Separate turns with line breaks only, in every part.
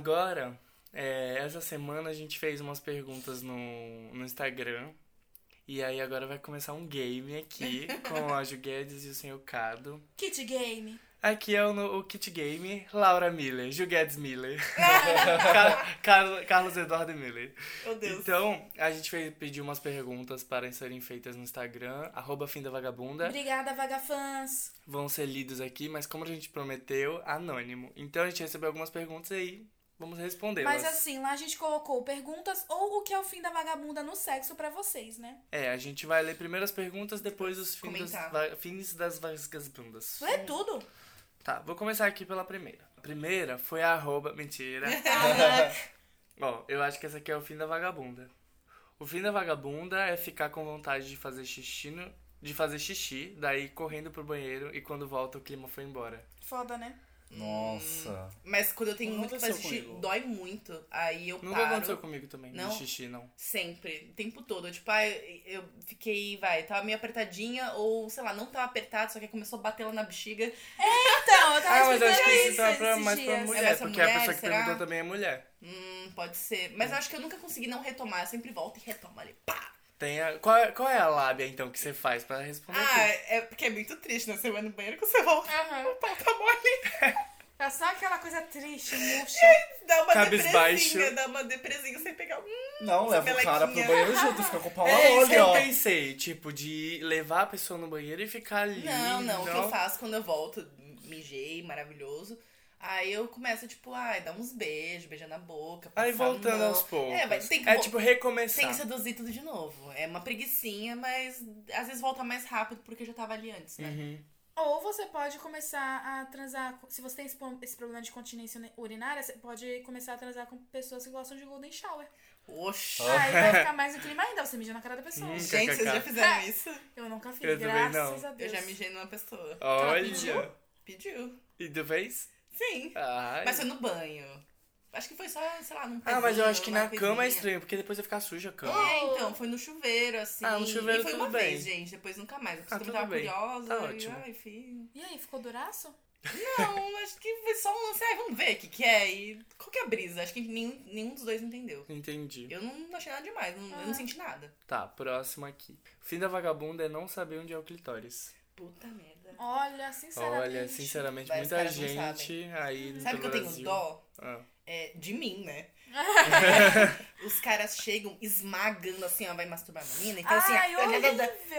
Agora, é, essa semana a gente fez umas perguntas no, no Instagram. E aí agora vai começar um game aqui com a Ju Guedes e o Senhor Cado.
Kit Game.
Aqui é o, no- o Kit Game, Laura Miller, Ju Guedes Miller, Car- Car- Carlos Eduardo Miller.
Meu Deus.
Então, a gente fez, pediu umas perguntas para serem feitas no Instagram, arroba fim da vagabunda.
Obrigada, Vagafãs.
Vão ser lidos aqui, mas como a gente prometeu, anônimo. Então a gente recebeu algumas perguntas e aí vamos respondê-las.
Mas assim, lá a gente colocou perguntas ou o que é o fim da vagabunda no sexo pra vocês, né?
É, a gente vai ler primeiro as perguntas, depois os fins das,
Comentar.
va- fins das vagabundas.
Isso é tudo.
Tá, vou começar aqui pela primeira. A primeira foi a arroba. Mentira.
É. Ah,
Ó, eu acho que essa aqui é o fim da vagabunda. O fim da vagabunda é ficar com vontade de fazer xixi, no- de fazer xixi, daí correndo pro banheiro e quando volta o clima foi embora.
Foda, né?
Hum.
Nossa.
Mas quando eu tenho
Não
muito que fazer
aconteceu
xixi,
comigo.
dói muito. Aí eu
Nunca
paro.
aconteceu comigo também, de
Não?
xixi, não.
Sempre, o tempo todo. Tipo, ah, eu eu fiquei, vai, tava meio apertadinha, ou sei lá, não tava apertado, só que começou a bater lá na bexiga.
Então, eu tava
Ah, mas eu acho que
explicando
isso
isso
tá pra,
esses
mais pra
dias.
mulher,
Mas essa
porque a
mulher,
pessoa que
será?
perguntou também é mulher.
Hum, pode ser. Mas eu acho que eu nunca consegui não retomar. Eu sempre volto e retomo ali. Pá!
Tem a- qual, é- qual é a lábia, então, que você faz pra responder
Ah,
tudo?
é porque é muito triste, né? Você vai no banheiro que você volta.
Aham.
O pau tá mole.
É só aquela coisa triste, murcha.
Dá uma
Cabisbaixo.
depresinha, dá uma depresinha sem pegar um.
Não, leva o cara pro
melequinha.
banheiro junto, fica com o pau na
É isso que
olho,
eu
ó.
pensei, tipo, de levar a pessoa no banheiro e ficar ali. então.
Não, não, o que eu faço quando eu volto, mijei, maravilhoso. Aí eu começo, tipo, ai, dar uns beijos, beijar na boca.
Aí
passar a
voltando
mão.
aos poucos.
É, mas tem que,
É
vo-
tipo
tem
recomeçar.
que seduzir tudo de novo. É uma preguicinha, mas às vezes volta mais rápido porque eu já tava ali antes, né?
Uhum.
Ou você pode começar a transar. com- Se você tem esse po- esse problema de continência urinária, você pode começar a transar com pessoas que gostam de Golden Shower.
Uhum.
Oxi.
Ah.
Aí vai ficar mais no clima ainda, você mija na cara da pessoa.
Oh. Hum.
Gente, vocês já fizeram isso?
Eu nunca fiz,
Eu também
graças
não.
a
Eu
Ah, Deus.
já mijei numa pessoa.
Olha.
pediu?
Pediu.
E tu fez?
Sim.
Ai.
Mas foi no banho. Acho que foi só, sei lá, num
Ah, mas eu
pezinho,
acho que
numa
na cama é
coisinha.
estranho, porque depois vai ficar suja a cama.
É, então, foi no chuveiro, assim.
Ah, no chuveiro
e foi
tudo
uma
bem.
vez, gente. Depois nunca mais.
Ah,
Eu
tudo
também tava
bem.
curiosa.
Tá
e,
ótimo.
ai, filho.
E aí, ficou duraço?
Não, acho que foi só um lance. Ai, vamos ver o que, que é. E qual que é a brisa? Acho que nenhum, nenhum dos dois entendeu.
Entendi.
Eu não achei nada demais. Não, Eu
Ah.
não senti nada.
Tá, próximo aqui. Fim da vagabunda é não saber onde é o clitóris.
Puta merda.
Olha, sinceramente.
Olha, sinceramente,
Vários
muita
caras não
gente aí no
Sabe que eu
Brasil.
tenho dó?
Ah.
É, de mim, né? Os caras chegam esmagando assim, ó, vai masturbar a menina. Então, assim,
Ai,
ó,
horrível.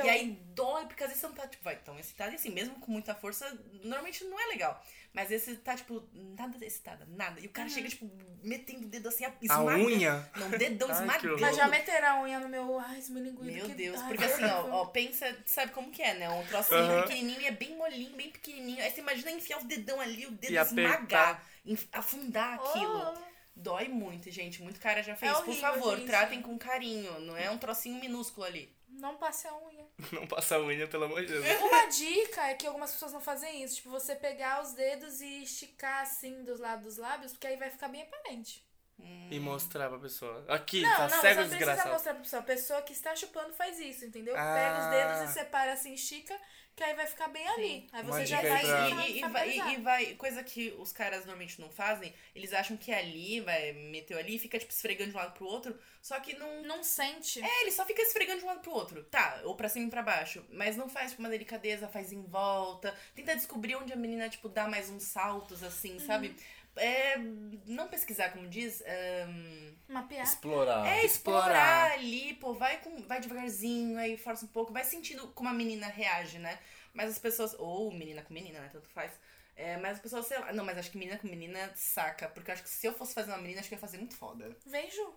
e aí dói, porque às vezes você não tá, tipo, vai tão excitada, e assim, mesmo com muita força, normalmente não é legal. Mas esse tá, tipo, nada excitada, nada. E o cara chega, tipo, metendo o dedo assim,
Uhum. A
esmagando.
unha?
Não, dedão
Ai, que
esmagando.
horror.
Mas já meteram a unha no meu. Ai, esse meu linguido.
Meu
que- tá
Deus,
ai,
porque
que
assim, ó,
horrível.
ó, pensa, sabe como que é, né? Um trocinho
Aham.
pequenininho e é bem molinho, bem pequenininho. Aí você imagina enfiar o dedão ali, o dedo
E
esmagar, enf- afundar
Oh,
aquilo. Dói muito, gente. Muito cara já fez.
É
Por
horrível,
favor,
gente.
tratem com carinho. Não é um trocinho minúsculo ali.
não passe a unha.
Não passar a unha, pelo amor de Deus.
Uma dica é que algumas pessoas não fazem isso. Tipo, você pegar os dedos e esticar assim dos lados dos lábios, porque aí vai ficar bem aparente.
Hum.
E mostrar pra pessoa. Aqui,
não,
tá
não, você
cego
não precisa
desgraçado.
mostrar pra pessoa. A pessoa que está chupando faz isso, entendeu?
Ah.
Pega os dedos e separa assim, estica, que aí vai ficar bem ali. Aí
Uma
você já
dica
tá vai
aí pra-
vai
E, e- e vai, e-
familiarizar.
e vai- Coisa que os caras normalmente não fazem, eles acham que é ali, vai, meteu ali, fica tipo esfregando de um lado pro outro. Só que não.
Não sente.
É, ele só fica esfregando de um lado pro outro. Tá, ou pra cima e pra baixo. Mas não faz com uma delicadeza, faz em volta. Tenta descobrir onde a menina, tipo, dá mais uns saltos, assim, sabe? É, não pesquisar, como diz. ahn,
Mapear.
Ah, Explorar.
explorar.
É explorar ali, pô, vai, com, vai devagarzinho, aí força um pouco, vai sentindo como a menina reage, né? Mas as pessoas. Ou menina com menina, né? Tanto faz. É, mas as pessoas, sei lá. Não, mas acho que menina com menina saca. Porque eu acho que se eu fosse fazer uma menina, acho que eu ia fazer muito foda.
Vem, Ju.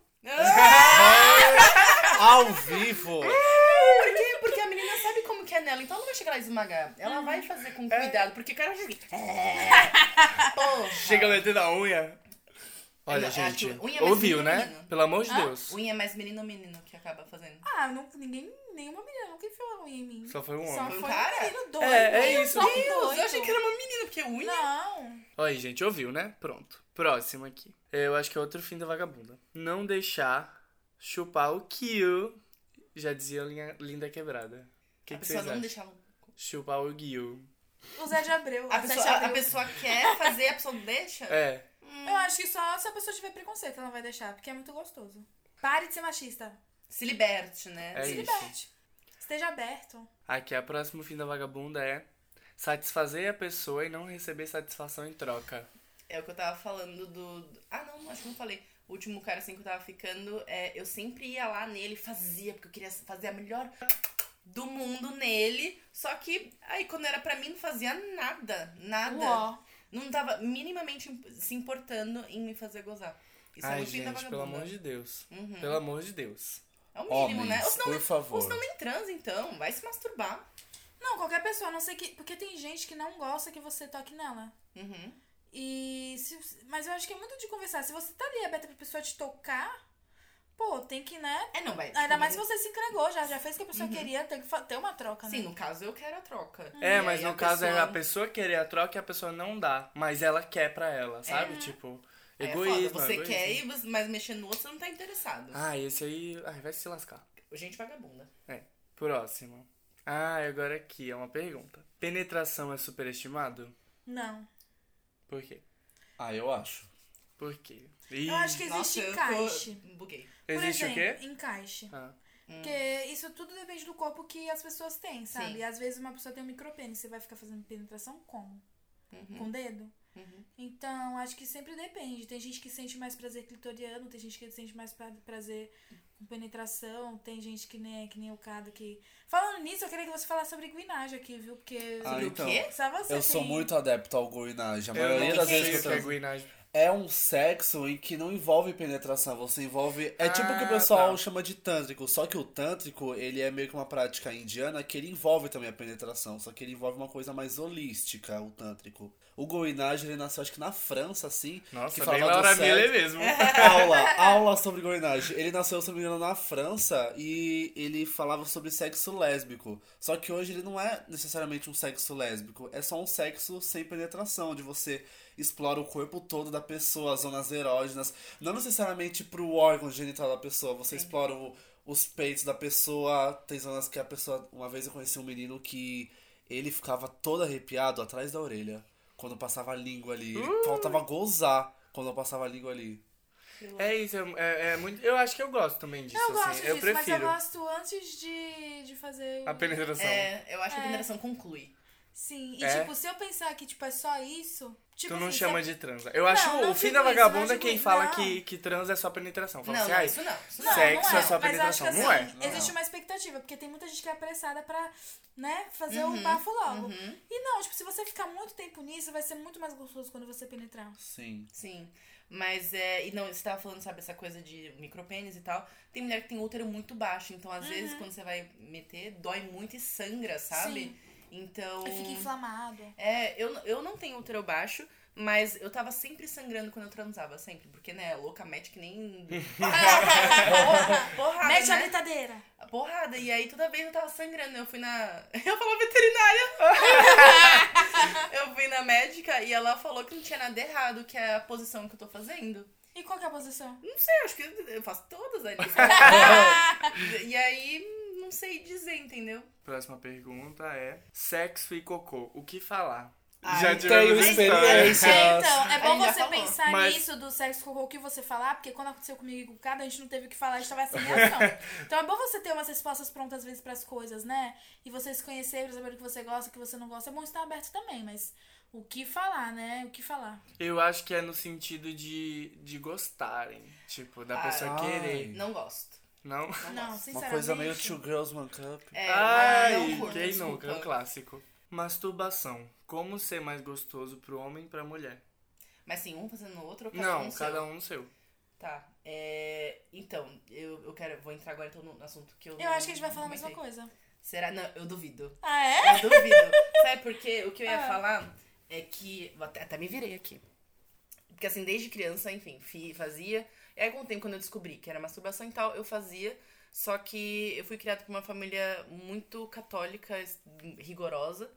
Ao vivo.
É
Por quê? Porque a menina sabe como que é nela, então ela não vai chegar lá e esmagar. Ela vai fazer com
É.
cuidado, porque o cara "É". vai chegar. Porra.
Chega metendo a unha. Olha,
Acho
gente,
que unha é mais
ouviu,
menino,
né?
menino.
Pelo amor de
Hã?
Deus.
Unha é mais menino ou menino que acaba fazendo?
Ah, não, ninguém, nenhuma menina nunca enfiou a unha em mim.
Só foi um
Só
homem.
Foi um
foi
cara?
um menino doido.
É, é isso.
Só um
Deus,
doido.
eu achei que era uma menina, porque unha.
Não.
Aí, gente, ouviu, né? Pronto. Próximo aqui. Eu acho que é outro fim da vagabunda. Não deixar chupar o Kyo. Já dizia linha, Linda Quebrada. O que,
a
que
pessoa
vocês
não
acham?
deixa ela.
Chupar o Gyu.
O Zé de Abreu.
A
o Zé
pessoa,
de
a, a
Abreu.
pessoa quer fazer, a pessoa não deixa?
É.
Eu acho que só se a pessoa tiver preconceito, ela vai deixar, porque é muito gostoso. Pare de ser machista.
Se liberte, né?
É
Se
isso.
liberte. Esteja aberto.
Aqui, a próximo fim da vagabunda é satisfazer a pessoa e não receber satisfação em troca.
É o que eu tava falando do. do- Ah, não, acho que não falei. O último cara assim que eu tava ficando, é, eu sempre ia lá nele, fazia, porque eu queria fazer a melhor do mundo nele. Só que aí quando era pra mim, não fazia nada. Nada.
Uó.
Não tava minimamente imp- se importando em me fazer gozar. Isso é
Ai,
muito fim da
gente, pelo
vagabunda.
amor de Deus.
Uhum.
Pelo amor de Deus.
É o mínimo,
Homens,
né? Ou senão,
por favor.
ou senão nem transa, então. Vai se masturbar.
Não, qualquer pessoa, a não sei que. Porque tem gente que não gosta que você toque nela.
Uhum.
E. se- mas eu acho que é muito de conversar. Se você tá ali aberta pra pessoa te tocar, pô, tem que, né?
É, não, vai.
Ainda mais se você se entregou, já, já fez o que a pessoa queria, tem que fa- ter uma troca, né?
Sim, no caso eu quero a troca.
É,
E
mas
aí
no
a
caso é a
pessoa-
pessoa querer a troca e a pessoa não dá. Mas ela quer pra ela, sabe? Tipo,
Aí é
egoísmo.
foda, você
egoísmo.
quer, ir, mas- mas mexer no outro você não tá interessado.
Ah, esse aí. Ai, vai se lascar.
Gente vagabunda.
Próximo. Ah, e agora aqui é uma pergunta. Penetração é superestimado?
Não.
Por quê?
Ah, eu acho.
Por quê? Ih,
Eu acho que existe
eu
encaixe.
Tô... Buguei.
existe
Por
o quê?
exemplo, encaixe.
Ah,
Porque isso tudo depende do corpo que as pessoas têm, sabe?
Sim.
E às vezes uma pessoa tem um micropênis, você vai ficar fazendo penetração como? Com o dedo? Então, acho que sempre depende. Tem gente que sente mais prazer clitoriano, tem gente que sente mais pra- prazer com penetração, tem gente que nem, que nem o Cado que... Falando nisso, eu queria que você falasse sobre guinagem aqui, viu? Porque...
Ah, então.
quê?
Só você
Eu sou
tem-
muito adepto ao guinagem. A
eu
maioria
não
das
sei
vezes que eu
o que é
transo-
guinagem.
É um sexo em que não envolve penetração, você envolve. É tipo o que
Ah,
o pessoal
tá.
chama de tântrico, só que o tântrico, ele é meio que uma prática indiana que ele envolve também a penetração, só que ele envolve uma coisa mais holística, o tântrico. O Goinage, ele nasceu acho que na França, assim. que
Nossa,
fala
bem
do
Laura
sexo-
Miller mesmo.
É. aula, aula sobre goinagem. Ele nasceu, se não me engano, na França e ele falava sobre sexo lésbico. Só que hoje ele não é necessariamente um sexo lésbico, é só um sexo sem penetração, onde você explora o corpo todo da pessoa, as zonas erógenas, não necessariamente pro órgão genital da pessoa, você explora o- os peitos da pessoa, tem zonas que a pessoa. Uma vez eu conheci um menino que ele ficava todo arrepiado atrás da orelha. Quando passava a língua ali, Ele faltava gozar quando eu passava a língua ali.
É isso, é, é- é muito. Eu acho que eu gosto também disso,
Eu gosto
assim.
disso,
eu
mas
prefiro
eu gosto antes de, de fazer... o-
a penetração.
É, eu acho que a penetração conclui.
Sim, e
É.
tipo, se eu pensar que tipo, é só isso... Tipo
tu não
assim, se
chama
a-
de transa. Eu acho
Não, não
o fim
digo
da
isso,
vagabunda
não
é quem
digo-
fala
não.
que, que transa é só penetração. Fala
Não,
assim,
não,
ai,
isso não. Isso
Não,
não.
Sexo
não
é só
mas eu acho que,
penetração, não
assim,
é?
Existe uma expectativa, porque tem muita gente que é apressada pra, né, fazer
Uhum.
o bafo logo.
Uhum,
E não, tipo, se você ficar muito tempo nisso, vai ser muito mais gostoso quando você penetrar.
Sim.
Sim. Mas é. E não, você tava falando, sabe, essa coisa de micropênis e tal. Tem mulher que tem útero muito baixo. Então, às vezes, quando você vai meter, dói muito e sangra, sabe?
Uhum. Sim.
Então.
E
Hum.
fica inflamado.
É, eu, eu não tenho útero baixo, mas eu tava sempre sangrando quando eu transava, sempre. Porque, né, louca mete que nem. Porra- porrada,
Mete a
né?
britadeira.
A porrada. E aí toda vez eu tava sangrando. Eu fui na. Eu falava veterinária. eu fui na médica e ela falou que não tinha nada errado, que é a posição que eu tô fazendo.
E qual que é a posição?
Não sei, acho que eu faço todas ali. e aí, não sei dizer, entendeu?
Próxima pergunta é: sexo e cocô, o que falar?
Ai,
Já
tenho
tivemos essa história.
experiência. Isso.
então, é bom
Ele já
você
falou.
pensar
Mas-
nisso do sexo com o que você falar, porque quando aconteceu comigo e com o Cado, a gente não teve o que falar, a gente tava sem reação. então é bom você ter umas respostas prontas às vezes pras coisas, né? E você se conhecer, pra saber o que você gosta, o que você não gosta. É bom estar aberto também, mas o que falar, né? O que falar.
Eu acho que é no sentido de, de gostarem. Tipo, da
Ah,
pessoa
ai.
querer.
Não gosto.
Não?
Não,
Uma
sinceramente.
coisa meio Two Girls One Cup.
É,
Ai,
não, não curto,
quem
desculpa.
nunca? É um clássico. Masturbação. Como ser mais gostoso pro homem e pra mulher?
Mas assim, um fazendo o outro, cada
Não,
um seu.
cada um no seu.
Tá. é, Então, eu, eu quero. Vou entrar agora então no assunto que eu.
Eu acho que a gente vai falar a mesma
comentei.
coisa.
Será? Não, eu duvido.
Ah, é?
Eu duvido. Sabe por quê? O que eu ia
Ah.
falar é que. Até, até me virei aqui. Porque assim, desde criança, enfim, fi- fazia. E aí, com o tempo, quando eu descobri que era masturbação e tal, eu fazia. Só que eu fui criada por uma família muito católica, es- rigorosa.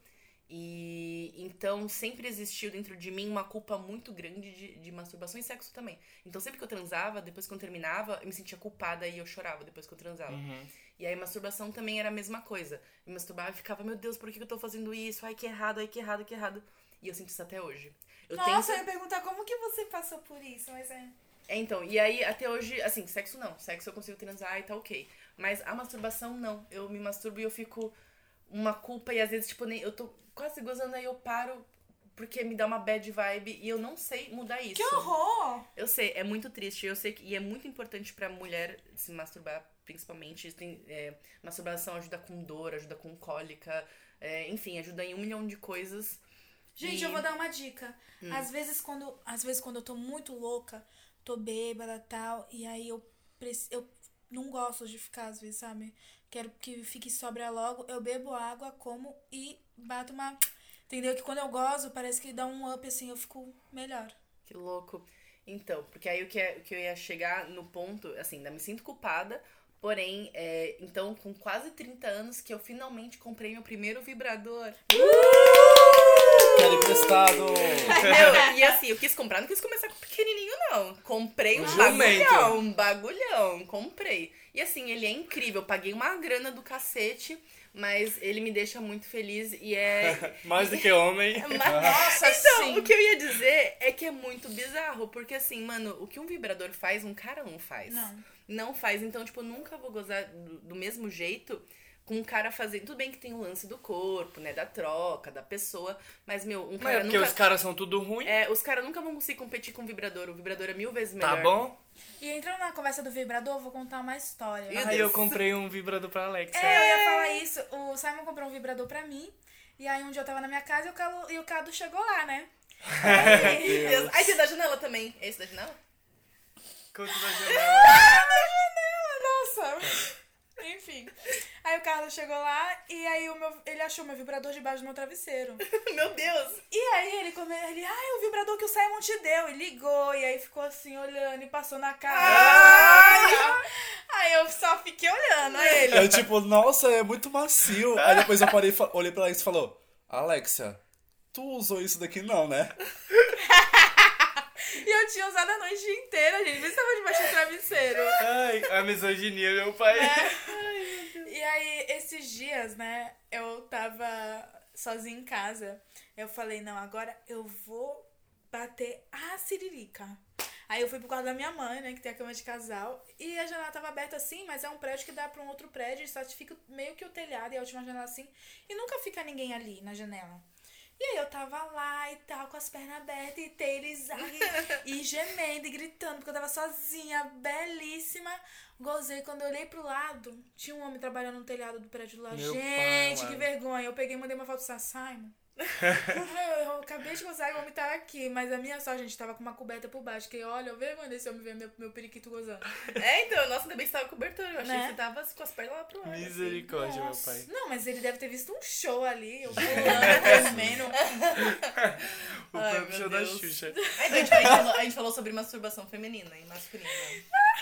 E então sempre existiu dentro de mim uma culpa muito grande de, de masturbação e sexo também. Então sempre que eu transava, depois que eu terminava, eu me sentia culpada e eu chorava depois que eu transava.
Uhum.
E aí, masturbação também era a mesma coisa. Me masturbava e ficava, meu Deus, por que que eu tô fazendo isso? Ai, que errado, ai, que errado, que errado. E eu sinto isso até hoje. Eu
Nossa, eu
tento-
ia perguntar como que você passou por isso, mas é.
É, então, e aí até hoje, assim, sexo não. Sexo eu consigo transar e tá ok. Mas a masturbação não. Eu me masturbo e eu fico uma culpa e às vezes, tipo, nem. Eu tô quase gozando aí eu paro porque me dá uma bad vibe e eu não sei mudar isso.
Que horror!
Eu sei, é muito triste. Eu sei que e é muito importante pra mulher se masturbar, principalmente. Tem, é, masturbação ajuda com dor, ajuda com cólica, é, enfim, ajuda em um milhão de coisas.
Gente,
E- Hum.
eu vou dar uma dica. Às vezes quando, às vezes quando eu tô muito louca, tô bêbada tal, e aí eu preci- eu não gosto de ficar às vezes, sabe? Quero que fique sobra logo, eu bebo água, como e bato uma, entendeu? Que quando eu gozo, parece que dá um up assim, eu fico melhor.
Que louco. Então, porque aí o que, é- o que eu ia chegar no ponto, assim, ainda me sinto culpada, porém, é, então, com quase 30 anos que eu finalmente comprei meu primeiro vibrador.
Quero emprestado!
Entendeu? e assim, eu quis comprar, não quis começar com pequenininho, não. Comprei um
Um jumento.
bagulhão, um bagulhão, comprei. E assim, ele é incrível, eu paguei uma grana do cacete, mas ele me deixa muito feliz e é...
Mais do que homem.
Nossa, então, o que eu ia dizer é que é muito bizarro, porque assim, mano, o que um vibrador faz, um cara não faz.
Não.
Não faz, então, tipo, eu nunca vou gozar do, do mesmo jeito com um cara fazendo. Tudo bem que tem o lance do corpo, né? Da troca, da pessoa. Mas, meu, um
Não é
cara
porque
nunca.
os caras são tudo ruim.
É, os caras nunca vão conseguir competir com o vibrador. O vibrador é mil vezes
Tá
melhor.
bom?
E entrando na conversa do vibrador, eu vou contar uma história.
Meu
Aí
Deus.
eu comprei um vibrador pra Alexa.
É, eu ia falar isso. O Simon comprou um vibrador pra mim. E aí um dia eu tava na minha casa e o Cadu, e o Cadu chegou lá, né?
Meu Deus. Ai, tem da janela também. É esse da janela?
Conta da janela.
Nossa! Enfim. Aí o Carlos chegou lá e aí o meu, ele achou meu vibrador debaixo do meu travesseiro.
Meu Deus!
E aí ele come, ele, ai, o vibrador que o Simon te deu. E ligou, e aí ficou assim olhando e passou na cara. Aí eu só fiquei olhando a ele.
Eu tipo, nossa, é muito macio. Aí depois eu parei, e fa- olhei pra Alex e falou, Alexia, tu usou isso daqui não, né?
E eu tinha usado a noite inteira, gente. Vê se tava debaixo do travesseiro.
Ai, a misoginia, meu pai.
É.
E aí, esses dias, né, eu tava sozinha em casa. Eu falei, não, agora eu vou bater a siririca. Aí eu fui pro quarto da minha mãe, né, que tem a cama de casal. E a janela tava aberta assim, mas é um prédio que dá pra um outro prédio. Só fica meio que o telhado e a última janela assim. E nunca fica ninguém ali na janela. E aí eu tava lá e tal, com as pernas abertas e teirizada e gemendo e gritando, porque eu tava sozinha, belíssima. Gozei, quando eu olhei pro lado, tinha um homem trabalhando no telhado do prédio lá.
Meu pai,
Gente, que
mano.
vergonha. Eu peguei e mandei uma foto do Simon. eu, eu acabei de gozar e o homem tava aqui, mas a minha só, gente, tava com uma coberta por baixo. Que olha, eu vergonha desse homem ver meu, meu periquito gozando.
É, então, nossa, ainda bem que você tava com cobertura. Eu achei
Né?
que você tava com as pernas lá pro lado. assim.
Misericórdia, meu
Nossa.
pai.
Não, mas ele deve ter visto um show ali, eu pulando, tremendo.
O
Ai,
próprio
meu
show da
Deus.
Xuxa.
Ai, então, a, gente, a gente falou, a gente falou sobre masturbação feminina e masculina.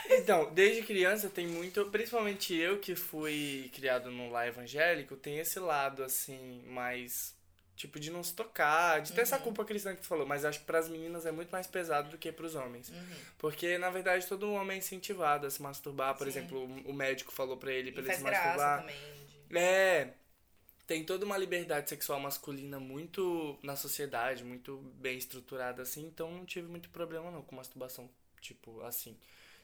Então, desde criança tem muito, principalmente eu que fui criado num lar evangélico, tem esse lado assim, mais tipo de não se tocar, de ter essa
Uhum.
culpa cristã que tu falou, mas acho que pras meninas é muito mais pesado do que pros homens.
Uhum.
Porque na verdade todo homem é incentivado a se masturbar, por
Sim.
exemplo, o médico falou pra ele
E
pra ele
faz
se
graça
masturbar.
também. de-
É. Tem toda uma liberdade sexual masculina muito na sociedade, muito bem estruturada assim, então não tive muito problema não com masturbação, tipo, assim.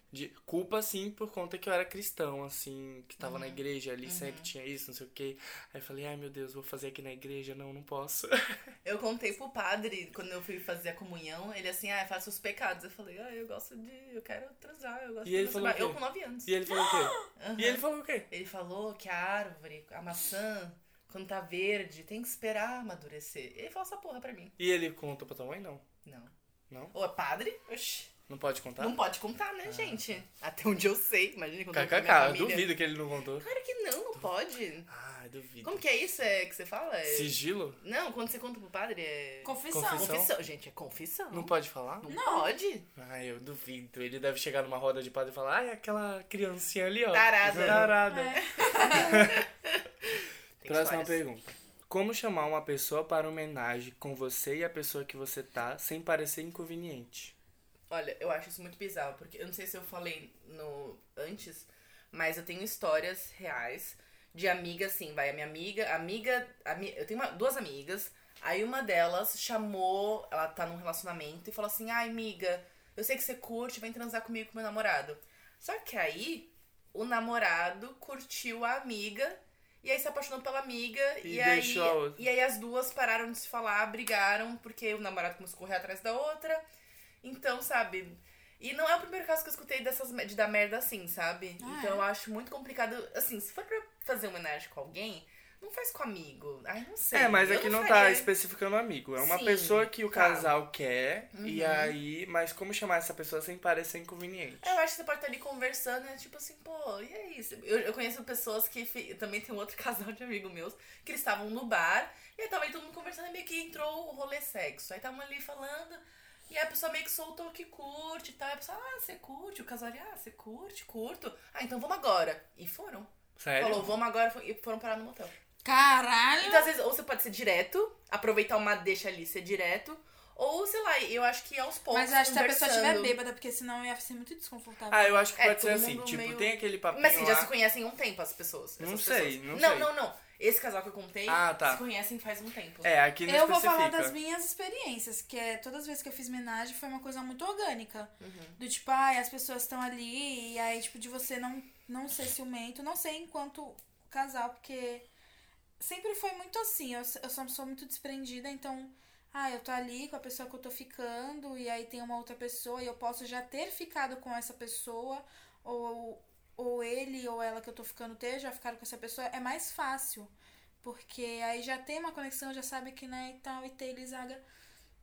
De culpa sim por conta que eu era cristão, assim, que tava na igreja ali, sempre tinha isso, não sei o quê. Aí eu falei: "Ai, meu Deus, vou fazer aqui na igreja, não, não posso".
Eu contei pro padre, quando eu fui fazer a comunhão, ele assim, ah, faça os pecados. Eu falei, ah, eu gosto de. Eu quero transar, eu gosto
E
de
ele
transar.
falou o
Eu
quê?
com 9 anos.
E ele falou o quê?
Aham.
E ele falou o quê?
Ele falou que a árvore, a maçã, quando tá verde, tem que esperar amadurecer. Ele falou essa porra pra mim.
E ele contou pra tua mãe não.
Não.
Não? Tá.
Ou é padre? Oxi.
Não pode contar?
Não pode contar, né, gente? Até onde eu sei. Imagina quando eu minha
tá. KKK,
família.
duvido que ele não contou.
Claro que não, não pode.
Ai, duvido.
Como que é isso é, que você fala? É-
Sigilo?
Não, quando você conta pro padre é.
Confissão.
Confissão.
Confissão, gente, é confissão.
Não pode falar?
Não pode.
Ai, eu duvido. Ele deve chegar numa roda de padre e falar, ai, aquela criancinha ali, ó.
Tarada.
Tarada.
É.
Tem
Próxima
histórias.
pergunta. Como chamar uma pessoa para homenagem com você e a pessoa que você tá sem parecer inconveniente?
Olha, eu acho isso muito bizarro, porque eu não sei se eu falei no antes, mas eu tenho histórias reais de amiga, assim, vai, a minha amiga, amiga, ami- eu tenho uma- duas amigas, Aí uma delas chamou, ela tá num relacionamento e falou assim: ai, amiga, eu sei que você curte, vem transar comigo com meu namorado. Só que aí o namorado curtiu a amiga e aí se apaixonou pela amiga
E
e, aí
deixou a outra.
e aí as duas pararam de se falar, brigaram porque o namorado começou a correr atrás da outra. Então, sabe? E não é o primeiro caso que eu escutei dessas me- de dar merda assim, sabe?
Ah,
então
é?
eu acho muito complicado, assim, se for pra fazer homenagem com alguém, não faz com amigo. Ai, não sei.
É, mas
Eu
aqui não tá
faria.
especificando amigo. É uma
Sim,
pessoa que o
tá.
casal quer, e
Uhum.
aí. Mas como chamar essa pessoa sem parecer inconveniente?
Eu acho que você pode estar ali conversando, né? Tipo assim, pô, e aí? Eu, eu conheço pessoas que. fi- Também tem um outro casal de amigo meus, que eles estavam no bar, e aí tava aí todo mundo conversando, e meio que entrou o rolê sexo. Aí tava ali falando, e aí a pessoa meio que soltou que curte e tal. E a pessoa, ah, você curte? O casal ali, ah, você curte? Curto. Ah, então vamos agora. E foram.
Sério?
Falou, vamos agora, e foram parar no motel.
Caralho!
Então, às vezes, ou você pode ser direto, aproveitar uma deixa ali, ser direto, ou sei lá, eu acho que aos poucos.
Mas eu acho que se a pessoa estiver
conversando.
bêbada, porque senão ia ser muito desconfortável.
Ah, eu acho que
É,
pode ser
todo
assim.
mundo
Tipo,
meio-
tem aquele papinho
Mas assim, já
lá.
se conhecem há um tempo as pessoas.
Não
essas
sei,
pessoas.
não
não
sei.
Não, não, Esse casal que eu contei,
Ah, tá.
se conhecem faz um tempo.
É, aqui não
eu vou
especifica. É,
falar das minhas experiências, que é todas as vezes que eu fiz homenagem foi uma coisa muito orgânica. Do tipo, ai, as pessoas estão ali, e aí, tipo, de você não, não ser ciumento, não sei enquanto casal, porque sempre foi muito assim. Eu, s- eu sou uma pessoa muito desprendida, então, ah, eu tô ali com a pessoa que eu tô ficando, e aí tem uma outra pessoa, e eu posso já ter ficado com essa pessoa, ou, ou ele ou ela que eu tô ficando ter já ficaram com essa pessoa, é mais fácil. Porque aí já tem uma conexão, já sabe que, né, e tal, e Taylor e Zaga.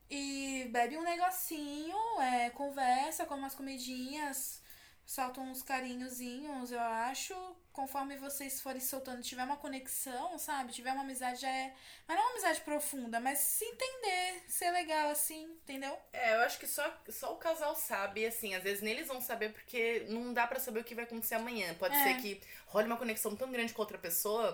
E bebe um negocinho, é, conversa, come umas comidinhas, solta uns carinhozinhos, eu acho. Conforme vocês forem soltando, tiver uma conexão, sabe? Tiver uma amizade, já é. Mas não uma amizade profunda, mas se entender, ser legal assim, entendeu?
É, eu acho que só, só o casal sabe, assim, às vezes nem eles vão saber porque não dá pra saber o que vai acontecer amanhã. Pode
É.
ser que role uma conexão tão grande com outra pessoa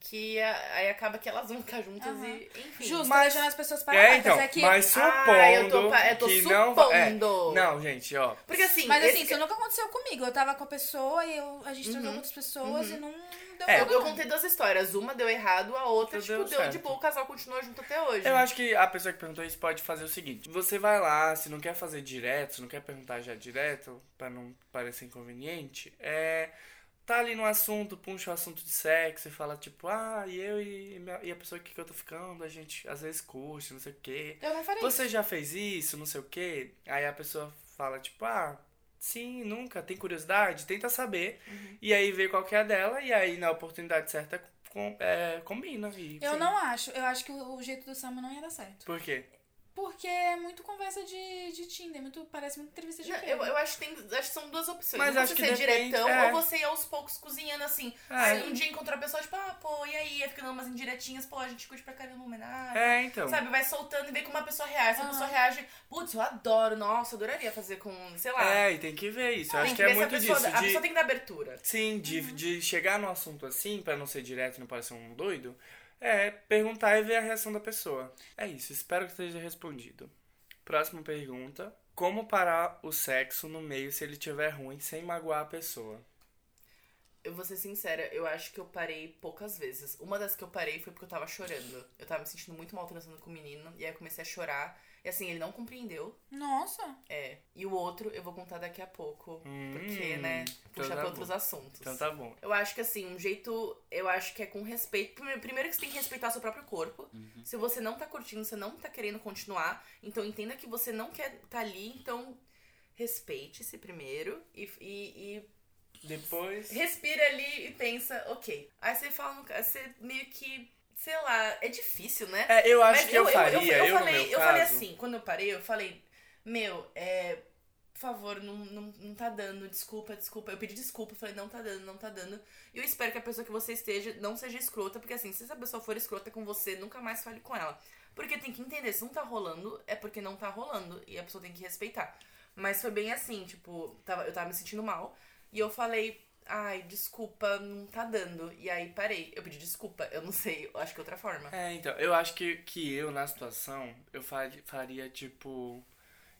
que a- aí acaba que elas vão ficar juntas
Aham.
e. Enfim.
Justo,
Mas-
deixando as pessoas para
É, então,
é que.
mas supondo
Ah, eu tô, pa- eu tô
que
supondo.
não... É, não, gente, ó.
Porque assim.
Mas
esse
assim, isso nunca aconteceu comigo. Eu tava com a pessoa e eu, a gente transou com outras pessoas e não deu
Uhum. É,
Eu,
nada,
eu
não.
contei duas histórias. Uma deu errado, a outra,
Outra
tipo,
deu
deu,
certo.
de boa. O casal continua junto até hoje.
Eu acho que a pessoa que perguntou isso pode fazer o seguinte: você vai lá, se não quer fazer direto, se não quer perguntar já direto, pra não parecer inconveniente, é. Tá ali no assunto, puxa o assunto de sexo e fala tipo, ah, e eu e, minha- e a pessoa que eu tô ficando, a gente às vezes curte, não sei o quê.
Eu não faria isso.
Você já fez isso, não sei o quê? Aí a pessoa fala, tipo, ah, sim, nunca, tem curiosidade, tenta saber.
Uhum.
E aí vê qual que é a dela, e aí na oportunidade certa com- é, combina. E,
Eu
sim.
não acho. Eu acho que o o jeito do Samu não ia dar certo.
Por quê?
Porque é muito conversa de, de Tinder, muito, parece muito entrevista de
Não,
emprego.
eu, eu acho que tem, acho que são duas opções.
Mas
Ou
acho
você
que
ser
depende,
diretão
é.
ou você ir aos poucos cozinhando assim.
É.
Se um dia encontrar a pessoa, tipo, ah, pô, e aí? Aí Fica dando umas indiretinhas, pô, a gente curte pra caramba uma homenagem.
É, então.
Sabe, vai soltando e vê como a pessoa reage. Se a
Ah.
pessoa reage, putz, eu adoro, nossa, eu adoraria fazer com, sei lá.
É, e tem que ver isso. Eu
Tem
acho que
ver
é
se
muito
a pessoa,
disso.
A
de-
pessoa tem Uhum. que dar abertura.
Sim, de, de chegar no assunto assim, pra não ser direto e não parecer um doido, é perguntar e ver a reação da pessoa. É isso, espero que esteja respondido. Próxima pergunta. Como parar o sexo no meio se ele tiver ruim sem magoar a pessoa?
Eu vou ser sincera, eu acho que eu parei poucas vezes. Uma das que eu parei foi porque eu tava chorando. Eu tava me sentindo muito mal transando com o menino. E aí eu comecei a chorar. E assim, ele não compreendeu.
Nossa,
É. E o outro eu vou contar daqui a pouco.
Hum,
Porque, né, puxa
tá
pra
bom.
outros assuntos.
Então tá bom.
Eu acho que assim, um jeito, eu acho que é com respeito. Prime- Primeiro que você tem que respeitar seu próprio corpo.
Uhum.
Se você não tá curtindo, você não tá querendo continuar, então entenda que você não quer tá ali, então respeite-se primeiro e, e- e
Depois.
respira ali e pensa, ok. Aí você fala, no ca- você meio que, sei lá, é difícil, né?
É, eu acho
Mas
que eu, faria. Eu,
eu,
no
falei,
meu
eu falei
caso,
assim, quando eu parei, eu falei, meu, é, por favor, não, não, não tá dando, desculpa, desculpa. Eu pedi desculpa, falei, não tá dando, não tá dando. E eu espero que a pessoa que você esteja não seja escrota, porque assim, se essa pessoa for escrota com você, nunca mais fale com ela. Porque tem que entender, se não tá rolando, é porque não tá rolando. E a pessoa tem que respeitar. Mas foi bem assim, tipo, tava, eu tava me sentindo mal. E eu falei, ai, desculpa, não tá dando. E aí parei. Eu pedi desculpa, eu não sei, eu acho que é outra forma.
É, então, eu acho que, que eu, na situação, eu faria, faria tipo.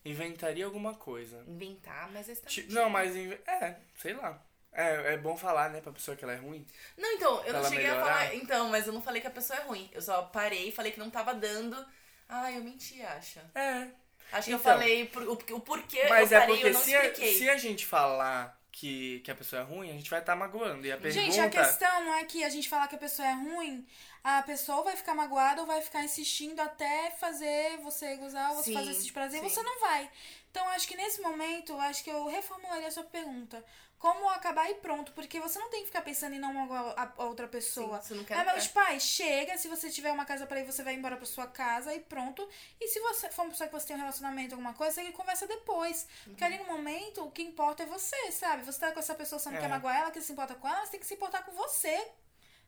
Inventaria alguma coisa.
Inventar, mas esse tá
Ti-
mentindo.
Não, mas. em- É, sei lá. É, é bom falar, né, pra pessoa que ela é ruim.
Não, então, eu
Pra ela
não cheguei
melhorar?
a falar. Então, mas eu não falei que a pessoa é ruim. Eu só parei e falei que não tava dando. Ah, eu menti, acha.
É.
Acho que eu
Então.
falei por- o, o porquê
Mas
eu
é
parei,
porque
eu não
se, a,
expliquei.
se a gente falar que, que a pessoa é ruim, a gente vai estar magoando. E a pergunta.
Gente, a questão não é que a gente falar que a pessoa é ruim, a pessoa vai ficar magoada ou vai ficar insistindo até fazer você gozar ou você
Sim,
fazer esse prazer
sim.
você não vai. Então, acho que nesse momento, eu acho que eu reformularia a sua pergunta. Como acabar e pronto? Porque você não tem que ficar pensando em não magoar a- a outra
assim,
pessoa.
Sim, você não quer.
Ah, meus pais, chega. Se você tiver uma casa pra ir, você vai embora pra sua casa e pronto. E se você for uma pessoa que você tem um relacionamento, alguma coisa, você conversa depois. Porque
Uhum.
ali no momento, o que importa é você, sabe? Você tá com essa pessoa, você não
É.
quer magoar ela, que se importa com ela, você tem que se importar com você.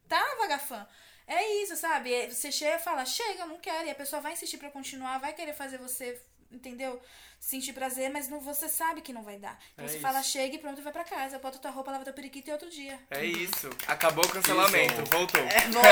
Tá, vagafã? É isso, sabe? É, Você chega e fala, chega, eu não quero. E a pessoa vai insistir pra continuar, vai querer fazer você, entendeu? Sentir prazer, mas não, você sabe que não vai dar. Então
É
você
isso.
fala, chega e pronto, vai pra casa. Bota tua roupa, lava teu periquito e outro dia.
É isso. Acabou o cancelamento.
Isso.
Voltou.
É, volta.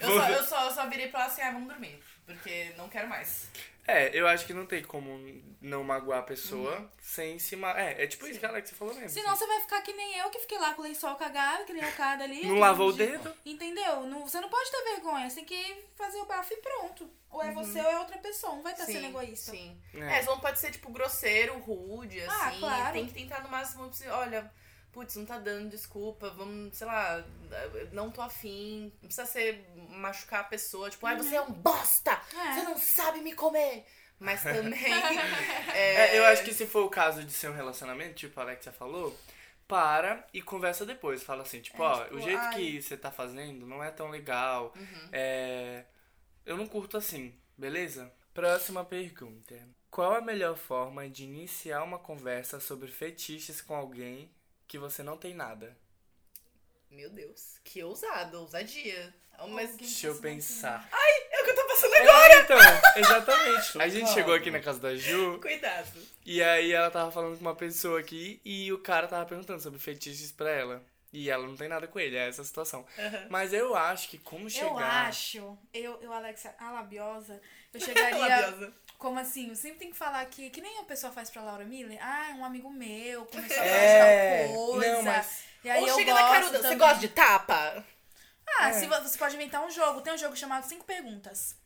eu, só, eu, só, eu só virei pra ela assim, ah, vamos dormir. Porque não quero mais.
É, eu acho que não tem como não magoar a pessoa
Hum.
sem se ma... É, é tipo isso, cara, que você falou mesmo.
Senão você vai ficar que nem eu, que fiquei lá com o lençol cagado, que nem o cara ali.
Não
que
lavou o
de-
dedo?
Entendeu? Não- você não pode ter vergonha, você tem que fazer o bafo e pronto. Ou é você ou é outra pessoa, não vai
tá
estar sendo egoísta.
Uhum. Sim. É.
É.
só não pode ser, tipo, grosseiro, rude,
Ah,
assim.
claro.
Tem que tentar no máximo possível. Olha, putz, não tá dando, desculpa, vamos, sei lá, não tô afim. Não precisa ser machucar a pessoa, tipo, ai, você
Uhum.
é um bosta!
É.
Você não sabe me comer! Mas também.
É, eu acho que se for o caso de ser um relacionamento, tipo a Alexia falou, para e conversa depois. Fala assim, tipo,
É,
ó,
tipo,
o jeito
ai. Uhum.
que você tá fazendo não é tão legal. É, eu não curto assim, beleza? Próxima pergunta. Qual a melhor forma de iniciar uma conversa sobre fetiches com alguém que você não tem nada?
Meu Deus, que ousado, ousadia. Mas.
Alguém-
Deixa eu
precisa
pensar.
É o que eu tô passando
É,
agora!
então, exatamente. A gente
Chocado.
chegou aqui na casa da Ju
Cuidado.
E aí ela tava falando com uma pessoa aqui e o cara tava perguntando sobre fetiches pra ela. E ela não tem nada com ele, é essa a situação. Mas eu acho que como chegar.
Eu acho, eu, eu Alexa, a labiosa, eu chegaria.
Labiosa.
como assim? Eu sempre tenho que falar que, que nem o pessoal faz pra Laura Miller. Ah, um amigo meu, começou a falar
É,
de tal coisa.
não, mas-
E aí
Ou
eu
chega
gosto
na caruda, você
também.
gosta de tapa?
Ah,
É.
se vo- você pode inventar um jogo. Tem um jogo chamado Cinco Perguntas.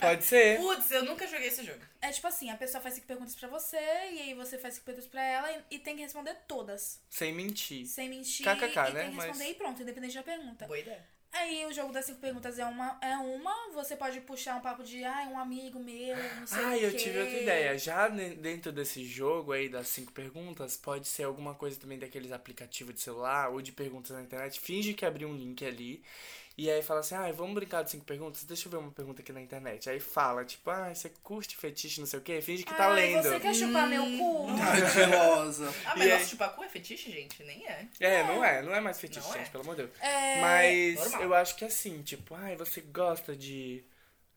Pode ser.
Putz, eu nunca joguei esse jogo.
É tipo assim, a pessoa faz cinco perguntas pra você, e aí você faz cinco perguntas pra ela, e, e tem que responder todas.
Sem mentir.
Sem mentir,
KKK,
e
né?
tem que
Mas-
responder e pronto, independente da pergunta.
Boa ideia.
Aí o jogo das cinco perguntas é uma, é uma você pode puxar um papo de, ai, um amigo meu, não sei o
Ah, eu
quê."
tive outra ideia. Já ne- dentro desse jogo aí das cinco perguntas, pode ser alguma coisa também daqueles aplicativos de celular ou de perguntas na internet. Finge que abriu um link ali. E aí fala assim, ah, vamos brincar de cinco perguntas? Deixa eu ver uma pergunta aqui na internet. Aí fala, tipo, ah, você curte fetiche, não sei o quê? Finge que tá
"Ai,
lendo.
você quer chupar meu cu?
Mentirosa.
Ah,
E
mas
aí?
nosso chupacu é fetiche, gente? Nem é.
É, não é, não é mais fetiche,
Não
gente,
é.
pelo amor de Deus.
É,
Mas
normal.
eu acho que assim, tipo, ai, você gosta de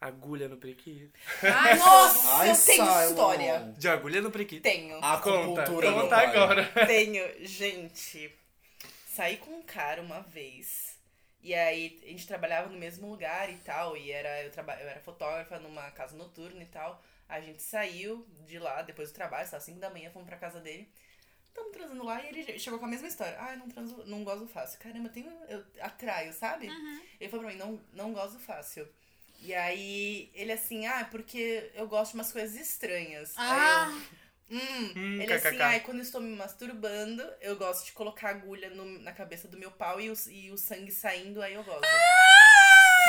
agulha no prequito?
Ai, nossa,
Ai,
eu tenho
Simon.
história.
De agulha no prequito.
Tenho.
A
Conta,
cultura
conta agora.
Tenho. Gente, saí com um cara uma vez. E aí, a gente trabalhava no mesmo lugar e tal. E era, eu, traba, eu era fotógrafa numa casa noturna e tal. A gente saiu de lá, depois do trabalho, às 5 da manhã, fomos pra casa dele. Tamo transando lá e ele chegou com a mesma história. Ah, eu não transo, não gosto fácil. Caramba, eu tenho. Eu atraio, sabe? Ele falou pra mim, não, não gosto fácil. E aí, ele assim, ah, é porque eu gosto de umas coisas estranhas.
Ah,
Aí eu, Hum,
Hum,
ele assim,
kkk.
ai, quando eu estou me masturbando, eu gosto de colocar agulha no- na cabeça do meu pau e o, e o sangue saindo, aí eu gosto.
Ah!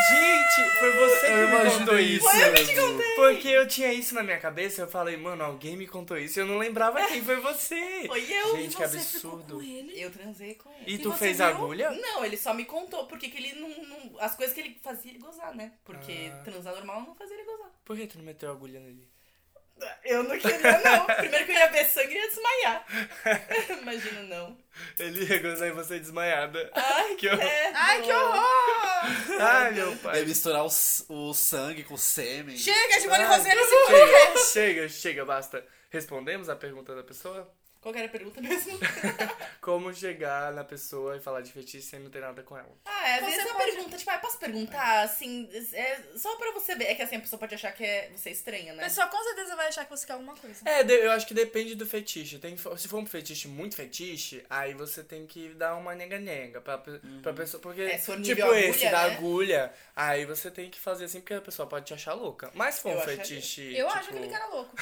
Gente, foi você que
Eu
me contou
imaginei
isso.
isso. mesmo.
Porque eu tinha isso na minha cabeça, eu falei, mano, alguém me contou isso, eu não lembrava quem foi você.
Foi eu!
e
Gente, que
você ficou com
absurdo.
ele?
Eu transei com ele.
E
E
tu
você
fez
viu?
agulha?
Não, ele só me contou porque que ele não, não- As coisas que ele fazia ele gozar, né? Porque
Ah.
transar normal não fazia ele gozar.
Por que tu não meteu agulha nele? Ah,
Eu não queria, não. Primeiro que eu ia ver sangue, eu ia desmaiar. Imagina, não.
Ele ia gozar em você desmaiada.
Ai,
Que horror.
é,
Ai,
não.
que horror!
Ai, meu
É
pai.
misturar o, s- o sangue com o sêmen.
Chega de
Ai.
Boni
é
Rosé nesse
Chega, chega, chega, basta. Respondemos a pergunta da pessoa?
Qual que era a pergunta mesmo?
Como chegar na pessoa e falar de fetiche sem não ter nada com ela.
Ah, é, às
Então
vezes
você
uma
pode-
pergunta, tipo, ah, posso perguntar, assim, é, só pra você ver. É que assim, a pessoa pode achar que é, você é estranha,
A
né?
pessoa com certeza vai achar que você quer alguma coisa.
É, de- eu acho que depende do fetiche. Tem, fo- se for um fetiche muito fetiche, aí você tem que dar uma nega-nega pra, pe- pra pessoa. Porque,
É, se for nível
tipo
agulha,
esse da
né?
agulha, aí você tem que fazer assim, porque a pessoa pode te achar louca. Mas se for
Eu
um
acharia.
fetiche.
Eu
tipo,
acho aquele cara louco.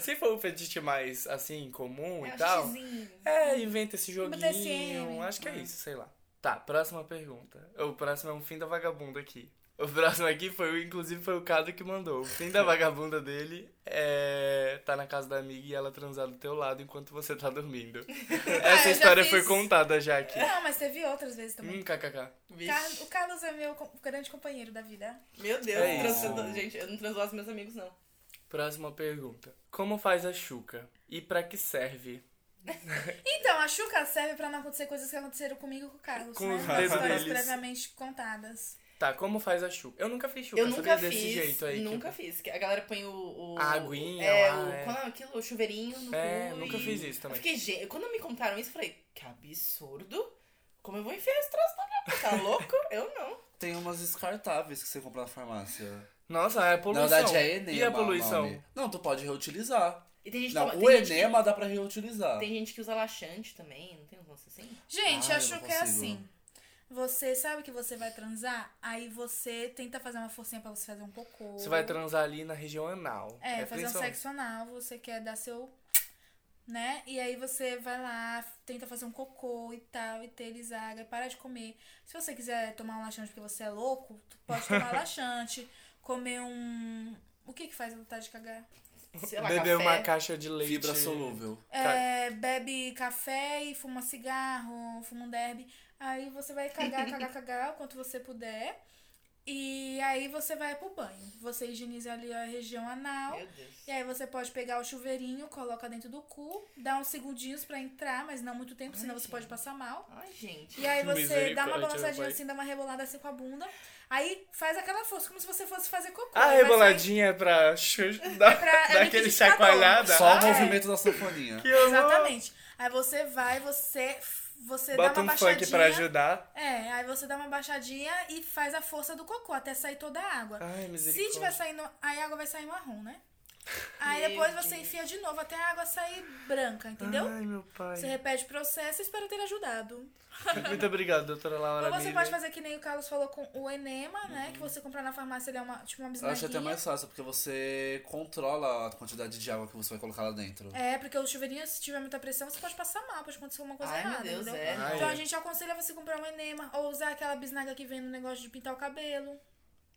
Se for um fetiche mais, assim, comum
É
e
um
tal.
xixizinho.
É, inventa esse
Um
joguinho.
BDSM.
Acho
Ah.
que é isso, sei lá. Tá, próxima pergunta. O próximo é um fim da vagabunda aqui. O próximo aqui foi, o- inclusive, foi o Cado que mandou. O fim da vagabunda dele é. tá na casa da amiga e ela transar do teu lado enquanto você tá dormindo. Essa
Ah,
já
história
fiz.
foi contada já aqui.
Tá
Não, mas teve outras vezes também.
Hum, kkk.
Car- O Carlos é meu co- grande companheiro da vida.
Meu Deus,
É
eu não
isso.
transo- gente, eu não transo os meus amigos, não.
Próxima pergunta. Como faz a chuca? E pra que serve?
Então, a Xuca serve pra não acontecer coisas que aconteceram comigo e com o Carlos,
Com
né?
os dedos
Histórias
deles.
previamente contadas.
Tá, como faz a chuca? Eu nunca fiz chuca,
Eu
sabia
nunca fiz,
desse jeito aí. que-
nunca fiz. que A galera põe o... o
A aguinha
é,
lá,
o,
é.
qual é aquilo? O chuveirinho no
É,
cu
nunca
e-
fiz isso
Eu
também.
fiquei, gente, quando me contaram isso, eu falei, que absurdo. Como eu vou enfiar esse troço na minha boca? Tá louco? Eu não.
Tem umas descartáveis que você compra na farmácia.
Nossa, é
Na
poluição.
verdade é enema.
E a
o
poluição?
nome. Não, tu pode reutilizar.
E tem gente,
Não,
que,
o
tem,
é
gente
enema dá pra reutilizar.
que, tem gente que usa laxante também, não tem um lance assim?
Gente,
Ah,
a
eu não
Xuca é
consigo.
assim. Você sabe que você vai transar, aí você tenta fazer uma forcinha pra você fazer um cocô.
Você vai transar ali na região anal.
É, fazer um
principal-
sexo anal, você quer dar seu. Né? E aí você vai lá, tenta fazer um cocô e tal, e ter elisada, para de comer. Se você quiser tomar um laxante porque você é louco, tu pode tomar laxante, comer um. O que que faz vontade de cagar?
Sei lá,
Beber
café.
uma caixa de leite.
Fibra solúvel.
É, bebe café e fuma cigarro, fuma um derby. Aí você vai cagar, cagar, cagar o quanto você puder. E aí você vai pro banho. Você higieniza ali a região anal.
Meu Deus.
E aí você pode pegar o chuveirinho, coloca dentro do cu, dá uns segundinhos pra entrar, mas não muito tempo, senão você pode passar mal.
Ai, gente.
E aí você dá
Misericórdia,
uma balançadinha
pai.
assim, dá uma rebolada assim com a bunda. Aí faz aquela força, como se você fosse fazer cocô.
A
Aí vai
Ah, reboladinha é pra chu- dar,
pra- é
dar aquele
liquidificador.
chacoalhada.
Só
Ah,
É.
o movimento da sanfoninha.
que horror.
Exatamente. Aí você vai, você você dá
Bota
uma
um
baixadinha.
funk pra ajudar.
É, aí você dá uma baixadinha e faz a força do cocô até sair toda a água.
Ai,
Se
Ah, misericórdia.
tiver saindo, aí a água vai sair marrom, né? Aí
Meu
depois você
Deus.
enfia de novo até a água sair branca, entendeu?
Ai, meu pai.
Você repete o processo e espero ter ajudado.
Muito obrigado, doutora Laura
Ou você
Miller.
pode fazer que nem o Carlos falou com o enema, né? Que você comprar na farmácia, ele é uma, tipo uma
Eu acho
bisnaguinha.
até mais fácil, porque você controla a quantidade de água que você vai colocar lá dentro.
Ah,
É, porque o chuveirinho, se tiver muita pressão, você pode passar mal, pode acontecer alguma coisa
Ai, meu
errada,
Deus,
entendeu?
é.
Ai,
Então a
é.
gente aconselha você comprar um enema ou usar aquela bisnaga que vem no negócio de pintar o cabelo.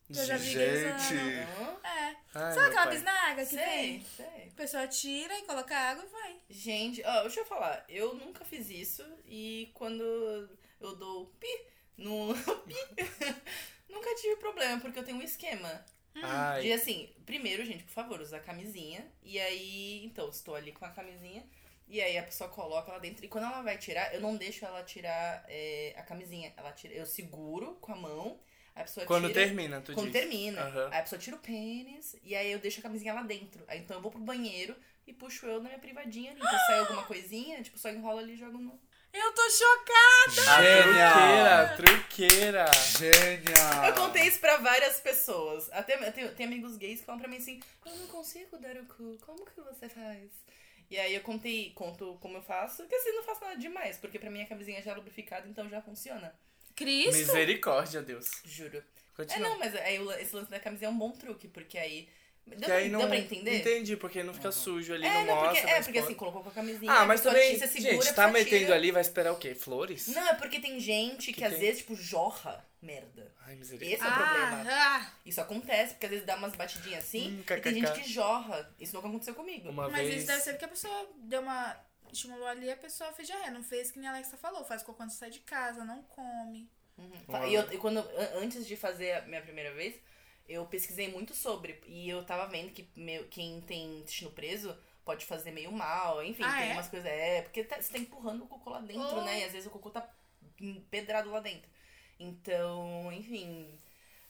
Eu já vi eles usando.
Gente,
Hã?
É.
Ai,
Sabe
meu
aquela
pai.
bisnaga que
Sei,
vem?
sei.
A pessoa tira e coloca água e vai.
Gente, ó, deixa eu falar. Eu nunca fiz isso e quando eu dou pi no pi, nunca tive problema, porque eu tenho um esquema.
Ai,
E assim, primeiro, gente, por favor, usar camisinha. E aí, então, estou ali com a camisinha. E aí a pessoa coloca lá dentro. E quando ela vai tirar, eu não deixo ela tirar é, a camisinha. Ela tira, eu seguro com a mão. A pessoa
quando
tira,
termina, tu
quando
diz.
termina.
Aham.
Aí a pessoa tira o pênis e aí eu deixo a camisinha lá dentro. Aí então eu vou pro banheiro e puxo eu na minha privadinha ali. Então sai alguma coisinha, tipo, só enrola ali e joga no.
Eu tô chocada!
A
gênia!
truqueira, truqueira.
Gênia!
Ah.
Eu contei isso pra várias pessoas. Até eu tenho, tem amigos gays que falam pra mim assim: Eu não consigo dar o cu, como que você faz? E aí eu contei, conto como eu faço, que assim, não faço nada demais, porque pra mim a camisinha já é lubrificada, então já funciona.
Cris?
Misericórdia, Deus.
Juro. É,
Continua.
não, mas aí o lan- esse lance da camisinha é um bom truque, porque aí. Deu,
Que aí
pra,
não...
deu pra entender?
Entendi, porque não fica sujo ali,
é,
não
não, porque,
mostra.
é,
mas
porque
pode-
assim, colocou com a camisinha.
Ah,
a
mas
pessoa
também,
tira, você segura,
gente,
a
tá
pessoa
metendo
tira.
ali, vai esperar o quê? Flores?
Não, é porque tem gente que,
Que
às
tem?
vezes, tipo, jorra merda.
Ai, misericórdia.
Esse é o problema.
Ah, ah,
Isso acontece, porque às vezes dá umas batidinhas assim,
Hum,
e tem gente
kkk.
que jorra. Isso nunca aconteceu comigo.
Uma
mas
vez...
isso deve ser porque a pessoa deu uma. estimulou ali a pessoa fez diarreia. Não fez que nem a Alexa falou. Faz cocô quando sai de casa, não come.
Uma
Uhum.
E, eu, e quando, an- antes de fazer a minha primeira vez, eu pesquisei muito sobre. E eu tava vendo que meu- quem tem intestino preso pode fazer meio mal, enfim,
Ah,
tem
é?
umas coisas. É, porque tá- você tá empurrando o cocô lá dentro,
Oh.
né? E às vezes o cocô tá pedrado lá dentro. Então, enfim.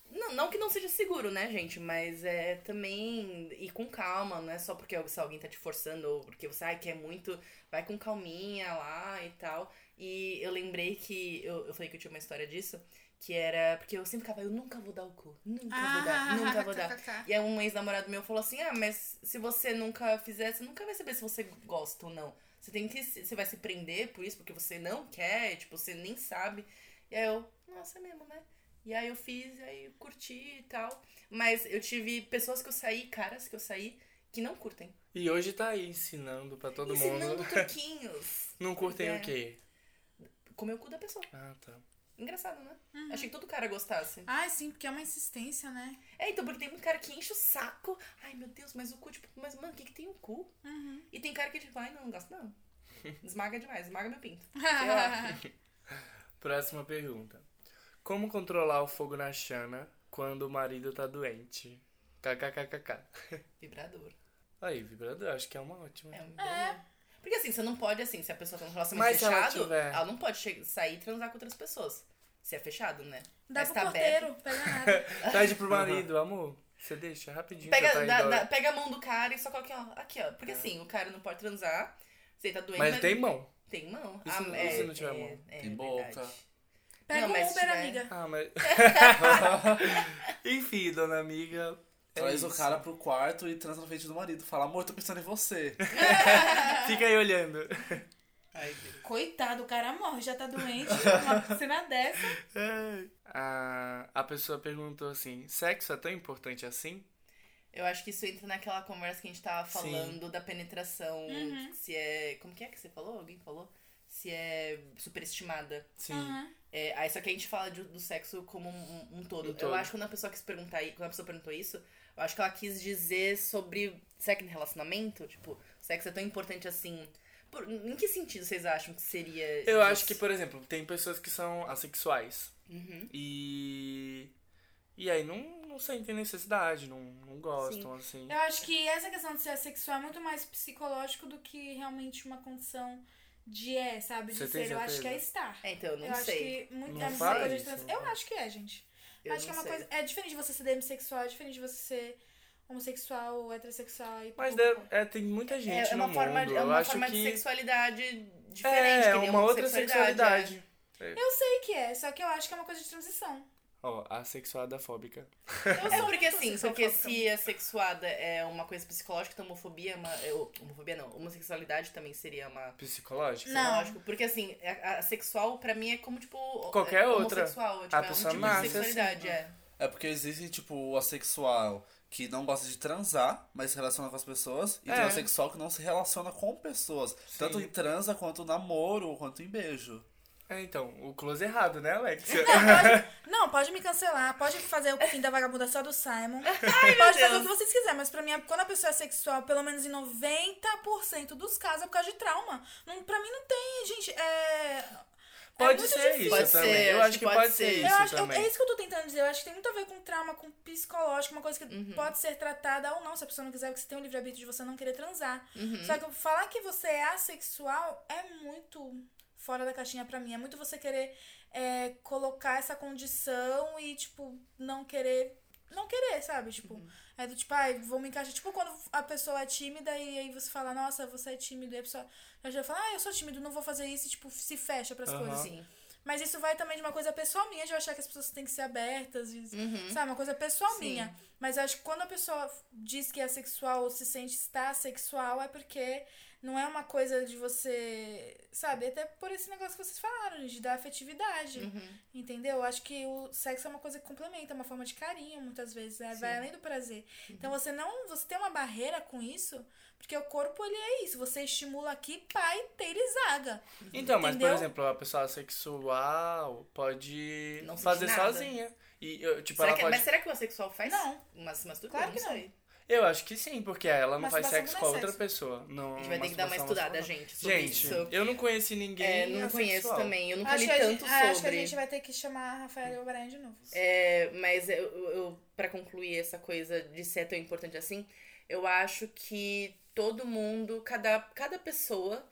Não, não que não seja seguro, né, gente? Mas é também ir com calma, não é só porque se alguém tá te forçando ou porque você ai, quer muito, vai com calminha lá e tal. E eu lembrei que. Eu, eu falei que eu tinha uma história disso, que era. Porque eu sempre ficava, eu nunca vou dar o cu, nunca vou
Ah.
dar, nunca vou dar. E aí um ex-namorado meu falou assim: Ah, mas se você nunca fizer, você nunca vai saber se você gosta ou não. Você tem que. se- Você vai se prender por isso, porque você não quer, tipo, você nem sabe. E aí eu, nossa é mesmo, né? E aí eu fiz, e aí eu curti e tal. Mas eu tive pessoas que eu saí, caras que eu saí, que não curtem.
E hoje tá aí ensinando pra todo
Ensinando
mundo.
truquinhos.
Não curtem
É.
o quê?
Comer o cu da pessoa.
Ah, tá.
Engraçado, né? Achei que todo cara gostasse.
Ai, sim, porque é uma insistência, né?
É, então, porque tem muito cara que enche o saco. Ai, meu Deus, mas o cu, tipo, mas, mano, o que que tem o cu? E tem cara que, tipo, ai, não, não gosto, não. Esmaga demais, esmaga meu pinto. Sei lá.
Próxima pergunta. Como controlar o fogo na chana quando o marido tá doente? KKKKK.
Vibrador.
Aí, vibrador, acho que é uma ótima.
É um vibrador. Porque assim, você não pode, assim, se a pessoa tá num relacionamento
Mas se ela
fechado,
tiver-
ela não pode che- sair e transar com outras pessoas. Se é fechado, né?
Dá
Mas
pro
tá aberto.
porteiro, pega nada.
Pede pro marido, amor. Você deixa rapidinho. já tá
Pega,
indo
dá-
a hora.
dá- pega a mão do cara e só coloca aqui, ó. Aqui, ó. Porque assim, o cara não pode transar. Você tá doente.
Mas tem mão.
Tem mão. Ah,
E se não- e se não tiver mão?
é
Tem
verdade.
boca.
Pega
Não,
um
mas
Uber,
se tiver-
amiga.
Ah, mas. Enfim, dona amiga. é
Traz o
isso.
cara pro quarto e transa na frente do marido. Fala, amor, tô pensando em você.
Fica aí olhando.
Ai, Deus.
Coitado, o cara morre, já tá doente. Uma cena dessa.
Ah, a pessoa perguntou assim: sexo é tão importante assim?
Eu acho que isso entra naquela conversa que a gente tava
Sim.
falando da penetração.
Uhum.
Se é. Como que é que você falou? Alguém falou? Se é superestimada.
Sim.
Aham.
É, aí só que a gente fala de- do sexo como um, um todo.
Um todo.
Eu acho que quando a pessoa quis perguntar i- quando a pessoa perguntou isso, eu acho que ela quis dizer sobre sexo em relacionamento, tipo, sexo é tão importante assim. Por- em que sentido vocês acham que seria?
Eu acho
isso?
que, por exemplo, tem pessoas que são assexuais.
Uhum.
E. E aí não, não sentem necessidade, não, não gostam, assim.
Eu acho que essa questão de ser assexual é muito mais psicológico do que realmente uma condição de é, sabe? De
Você tem
ser. Eu acho
certeza?
que é estar.
É, então, eu não
eu
sei.
acho que muito
Não
é
fala
coisa de
isso,
trans...
não
Eu
fala.
acho que é, gente.
Eu
acho que é
não
uma
sei.
coisa. É diferente você ser demissexual, é diferente você ser homossexual ou heterossexual. E
Mas
público.
deve- é, tem muita gente
É, é uma
no
forma,
mundo.
é
eu
uma
acho
forma
que
de sexualidade diferente.
é,
que nem
uma outra
homossexualidade,
sexualidade.
Eu sei que é, só que eu acho que é uma coisa de transição.
Ó, assexuada fóbica.
Eu
É
sou
porque
muito
assim,
homossexual,
porque
fofão.
se a sexuada é uma coisa psicológica, então homofobia é uma. é, homofobia não, homossexualidade também seria uma.
Psicológica?
Não.
psicológico, Porque assim, a, a sexual pra mim é como tipo.
Qualquer
é,
outra.
Homossexual, tipo,
A
é um
pessoa
tipo
nasce assim.
de sexualidade, é.
Ah.
É porque existe, tipo, o assexual que não gosta de transar, mas se relaciona com as pessoas. E
É.
tem o assexual que não se relaciona com pessoas.
Sim.
Tanto em transa, quanto em namoro, quanto em beijo.
É, então, o close errado, né,
É
Alexia?
Não, pode me cancelar, pode fazer o fim da vagabunda só do Simon. pode fazer o que vocês quiserem, mas pra mim, quando a pessoa é sexual, pelo menos em 90% dos casos é por causa de trauma. Não, pra mim não tem, gente, é.
pode
muito
ser
difícil.
isso
Pode
também.
ser,
eu acho que pode ser
Eu
isso
acho, eu-
também.
é isso que eu tô tentando dizer. Eu acho que tem muito a ver com trauma, com psicológico, uma coisa que pode ser tratada ou não, se a pessoa não quiser, porque você tem o livre-arbítrio de você não querer transar.
Uhum,
Só que falar que você é assexual é muito fora da caixinha pra mim. É muito você querer é, colocar essa condição e, tipo, não querer. Não querer, sabe? Tipo, é do tipo, ai, vou me encaixar. Tipo, quando a pessoa é tímida e aí você fala, nossa, você é tímido. E a pessoa já já fala, ah, eu sou tímido, não vou fazer isso. E, tipo, se fecha pras
Aham.
coisas.
Sim.
Mas isso vai também de uma coisa pessoal minha, de eu achar que as pessoas têm que ser abertas, e-
Uhum.
sabe? Uma coisa pessoal
Sim.
minha. Mas eu acho que quando a pessoa diz que é sexual ou se sente estar sexual, é porque não é uma coisa de você. Sabe? Até por esse negócio que vocês falaram, de dar afetividade.
Uhum.
Entendeu? Eu acho que o sexo é uma coisa que complementa, é uma forma de carinho, muitas vezes. né? Vai
Sim. Uhum.
além do prazer. Então você não. Você tem uma barreira com isso, porque o corpo, ele é isso. Você estimula aqui, pai, teira e zaga.
Então, mas por
Entendeu?
exemplo, a pessoa assexual pode
Não sentir
fazer
nada.
sozinha. E, eu, tipo,
Será
ela
que- é
pode...
Mas será que o assexual faz?
Não.
Mas, mas tudo
Claro
bem,
que não.
sei.
Eu acho que sim, porque ela não faz
Masturbação
sexo
não é
com a outra
sexo.
pessoa. Não,
A gente vai ter que dar uma estudada, gente, sobre
Hum, Gente,
isso.
eu não conheci ninguém
É, não conheço
assexual.
também. Eu nunca li
que a
tanto
gente- ah, Acho que a
sobre.
gente vai ter que chamar a Rafaela Obarain de novo.
É, mas eu, eu para concluir essa coisa de ser tão importante assim, eu acho que todo mundo, cada, cada pessoa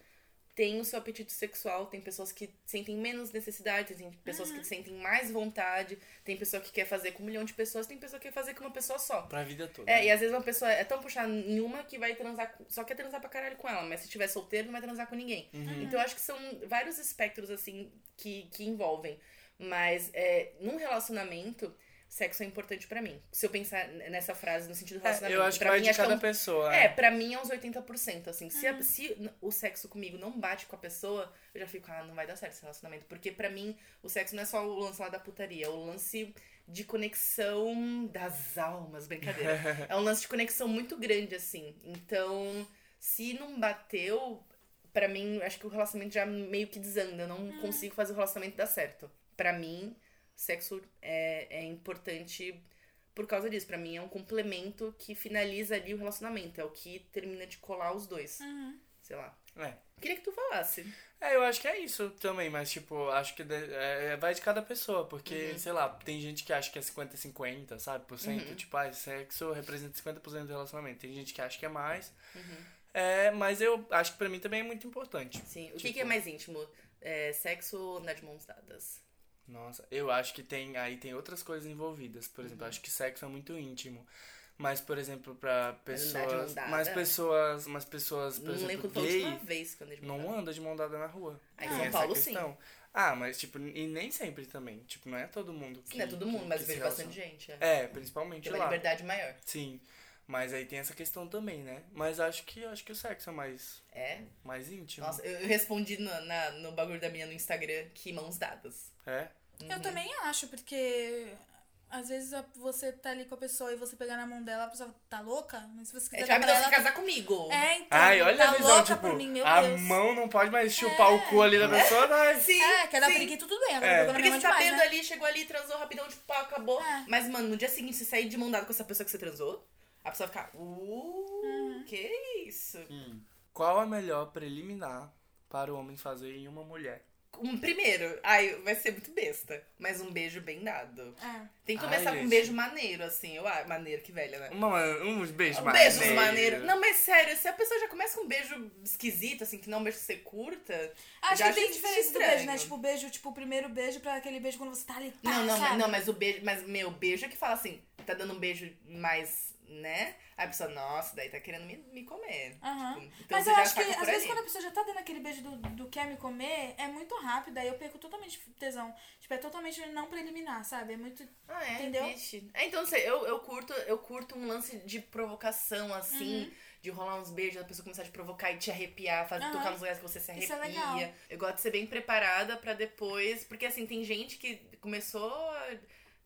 tem o seu apetite sexual, tem pessoas que sentem menos necessidade, tem pessoas que sentem mais vontade, tem pessoa que quer fazer com um milhão de pessoas, tem pessoa que quer fazer com uma pessoa só.
Pra vida toda.
É, e às vezes uma pessoa é tão puxada em uma que vai transar, com- só quer transar pra caralho com ela, mas se tiver solteiro não vai transar com ninguém.
Uhum.
Então eu acho que são vários espectros, assim, que, que envolvem. Mas é, num relacionamento, sexo é importante pra mim. Se eu pensar n- nessa frase no sentido relacionamento,
eu acho que
pra
vai
mim
de
acho que é
cada
um
pessoa. né?
é, pra mim é uns 80%, assim. Se, a- se n- o sexo comigo não bate com a pessoa, eu já fico, ah, não vai dar certo esse relacionamento. Porque pra mim, o sexo não é só o lance lá da putaria, é o lance de conexão das almas, brincadeira. é um lance de conexão muito grande, assim. Então, se não bateu, pra mim, acho que o relacionamento já meio que desanda. Eu não consigo fazer o relacionamento dar certo. Pra mim, sexo é, é importante por causa disso. Pra mim, é um complemento que finaliza ali o relacionamento. É o que termina de colar os dois.
Uhum.
Sei lá.
É.
Queria que tu falasse.
É, eu acho que é isso também, mas tipo, acho que de- é, é- vai de cada pessoa, porque,
Uhum.
sei lá, tem gente que acha que é 50-50, sabe, por cento, tipo, ah, sexo representa 50% do relacionamento, tem gente que acha que é mais, é, mas eu acho que pra mim também é muito importante.
Sim. O que
Tipo-
que é mais íntimo? É, sexo ou andar de mãos dadas?
Nossa, eu acho que tem, aí tem outras coisas envolvidas, por exemplo, acho que sexo é muito íntimo. Mas, por exemplo, pra pessoas.
dá,
Mas
né?
pessoas. Mas pessoas, por
não lembro
exemplo,
quando foi a
gay
última vez que eu andei de mãos
não
dadas.
anda de mão dada na rua.
Aí em
Tem
São
essa
Paulo,
questão. Ah, mas tipo, e nem sempre também. Tipo, não é todo mundo que.
Sim, não é todo mundo,
que-
mas
que
eu
se
vejo
relaciona.
bastante gente. É.
É, principalmente
Tem uma
lá.
liberdade maior.
Sim. Mas aí tem essa questão também, né? Mas acho que acho que o sexo é mais,
É.
mais íntimo.
Nossa, eu eu respondi no, na- no bagulho da minha no Instagram que mãos dadas.
É.
Eu também acho, porque às vezes a- você tá ali com a pessoa e você pegar na mão dela, a pessoa tá louca, mas se você
É
quiser
tipo,
dar
ah, me
pra
dá pra
ela. tá-
casar comigo.
É, então.
Ai, olha
tá
a visão,
louca
tipo,
por mim, meu
a
Deus.
mão não pode mais chupar o cu ali da pessoa, né?
Sim,
É, quer dar
sim.
periquito, tudo bem. Agora
É.
é.
Porque
você
você tá bêbado ali, chegou ali, transou rapidão, tipo, pá, acabou.
É.
Mas, mano, no dia seguinte, você sair de mão dada com essa pessoa que você transou, a pessoa fica, uh,
Uhum.
que isso?
Qual a melhor preliminar para o homem fazer em uma mulher?
Um primeiro, ai, vai ser muito besta, mas um beijo bem dado.
É.
Tem que
Ai,
começar com um
gente.
beijo maneiro, assim, eu acho. Maneiro, que velha, né?
Uma, uns beijos
Um
maneiros.
beijo maneiro. Não, mas sério, se a pessoa já começa com um beijo esquisito, assim, que não é um beijo que você curta.
Acho
já
que tem
acho é
diferença do
estranho.
beijo, né? Tipo, o beijo, tipo, o primeiro beijo pra aquele beijo quando você tá ali. Pá,
Não, não, mas,
sabe?
não, mas o beijo. Mas meu beijo é que fala assim, tá dando um beijo mais, né? Aí a pessoa, nossa, daí tá querendo me, me comer.
Aham.
Tipo, então
Mas
você
eu
já
acho que,
saca
às
por
vezes,
ali.
quando a pessoa já tá dando aquele beijo do, do quer me comer, é muito rápido, aí eu perco totalmente tesão. Tipo, é totalmente não preliminar, sabe? É muito.
Ah, é?
Entendeu?
Vixe. É, então, não sei, eu, eu, curto, eu curto um lance de provocação, assim, de rolar uns beijos, a pessoa começar a te provocar e te arrepiar, fazer,
Uhum. Aham.
tocar nos lugares que você se
Isso é
arrepia.
legal.
Eu gosto de ser bem preparada pra depois, porque assim, tem gente que começou, a,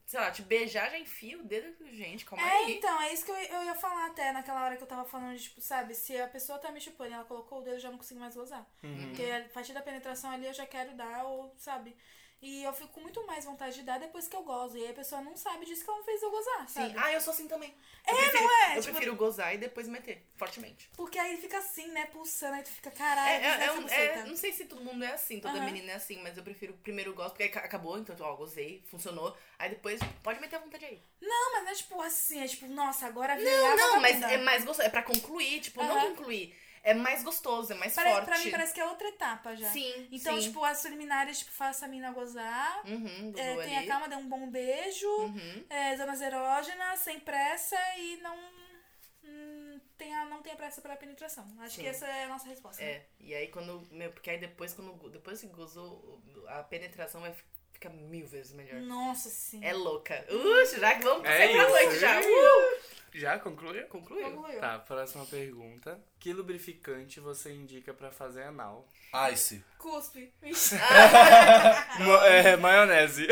sei lá, te beijar, já enfia o dedo, gente, calma
É,
aí.
então, é isso que eu, eu ia falar até naquela hora que eu tava falando, de, tipo, sabe? Se a pessoa tá me chupando e ela colocou o dedo, eu já não consigo mais gozar.
Uhum.
Uhum.
Porque a partir da penetração ali eu já quero dar, ou, sabe? E eu fico com muito mais vontade de dar depois que eu gozo. E aí a pessoa não sabe disso que ela não fez eu gozar, sabe?
Sim. Ah, eu sou assim também. É, eu prefiro, não Eu
Tipo-
prefiro gozar e depois meter, fortemente.
Porque aí fica assim, né? Pulsando, aí tu fica,
É,
caralho,
é, é
essa
um- é,
buceta.
não sei se todo mundo é assim, toda
Aham.
menina é assim, mas eu prefiro primeiro gosto, porque aí ca- acabou, então ó, gozei, funcionou. Aí depois pode meter à vontade aí.
Não, mas não é tipo assim, é tipo, nossa, agora veio
Não,
a
não, mas
vagabunda.
é mais gostoso. É pra concluir, tipo, não
Aham.
concluir. É mais gostoso, é mais
Pare-
forte.
Pra mim parece que é outra etapa já.
Sim,
Então,
sim.
tipo, as preliminares, tipo, faça a mina gozar.
Uhum,
é,
gozou
tenha
ali.
calma, dê um bom beijo.
Uhum.
É, zonas erógenas, sem pressa e não. hum, Tenha, não tenha pressa pra penetração. Acho
Sim.
que essa é a nossa resposta. né?
É, e aí quando... Meu, porque aí depois, quando, depois que gozou, a penetração vai fi- ficar mil vezes melhor.
Nossa sim.
É louca. Uh, já que vamos
É
sair pra
isso.
noite já. Uh!
Já concluiu?
Concluiu.
Concluiu.
Tá, próxima pergunta. Que lubrificante você indica pra fazer anal?
Ice.
Cuspe. Ixi.
Ma- é, maionese.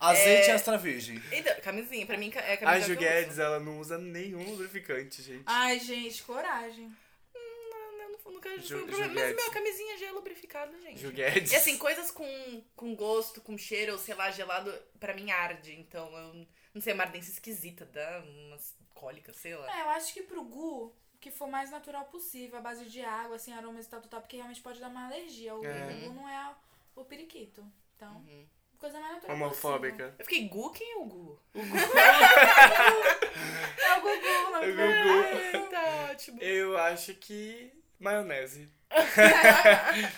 Azeite
É.
extra virgem.
Então, camisinha, pra mim ca- é
A
camisinha
Ju
que eu uso.
Guedes, ela não usa nenhum lubrificante, gente.
Ai, gente, coragem.
Não, não, não, nunca
Ju-
foi um
Ju
problema. Mas,
Guedes.
meu, a camisinha já é lubrificada, gente.
Ju Guedes.
E assim, coisas com, com gosto, com cheiro, ou sei lá, gelado, pra mim arde. Então, eu não sei, é uma ardência esquisita, dá umas cólicas, sei lá.
Tá.
É, eu acho que pro Gu, que for mais natural possível, a base de água, assim, aromas e tal, tal, tal, porque realmente pode dar uma alergia. O
É. Uhum.
Gu não é a- o periquito. Então, coisa mais natural possível.
Homofóbica.
Eu fiquei, Gu, quem é o Gu?
É o Gugu, não
É o
é?
Gugu.
tá ótimo.
Eu acho que Maionese.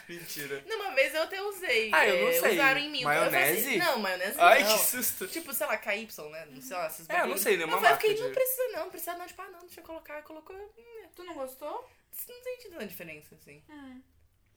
Mentira.
Não, uma vez eu até usei.
Ah, eu não
é,
sei.
Usaram em mim. Eu
Maionese?
falei assim, não, maionese
Ai,
não.
que susto.
Tipo, sei lá, KY, né? Não sei lá, esses
É, eu não
bagulhos.
sei nenhuma
Não, mas eu
marca
fiquei,
de...
não precisa não, precisa não, tipo, ah, não, deixa eu colocar. Colocou, hum,
Tu não gostou?
não tem sentido na diferença, assim.
Hum.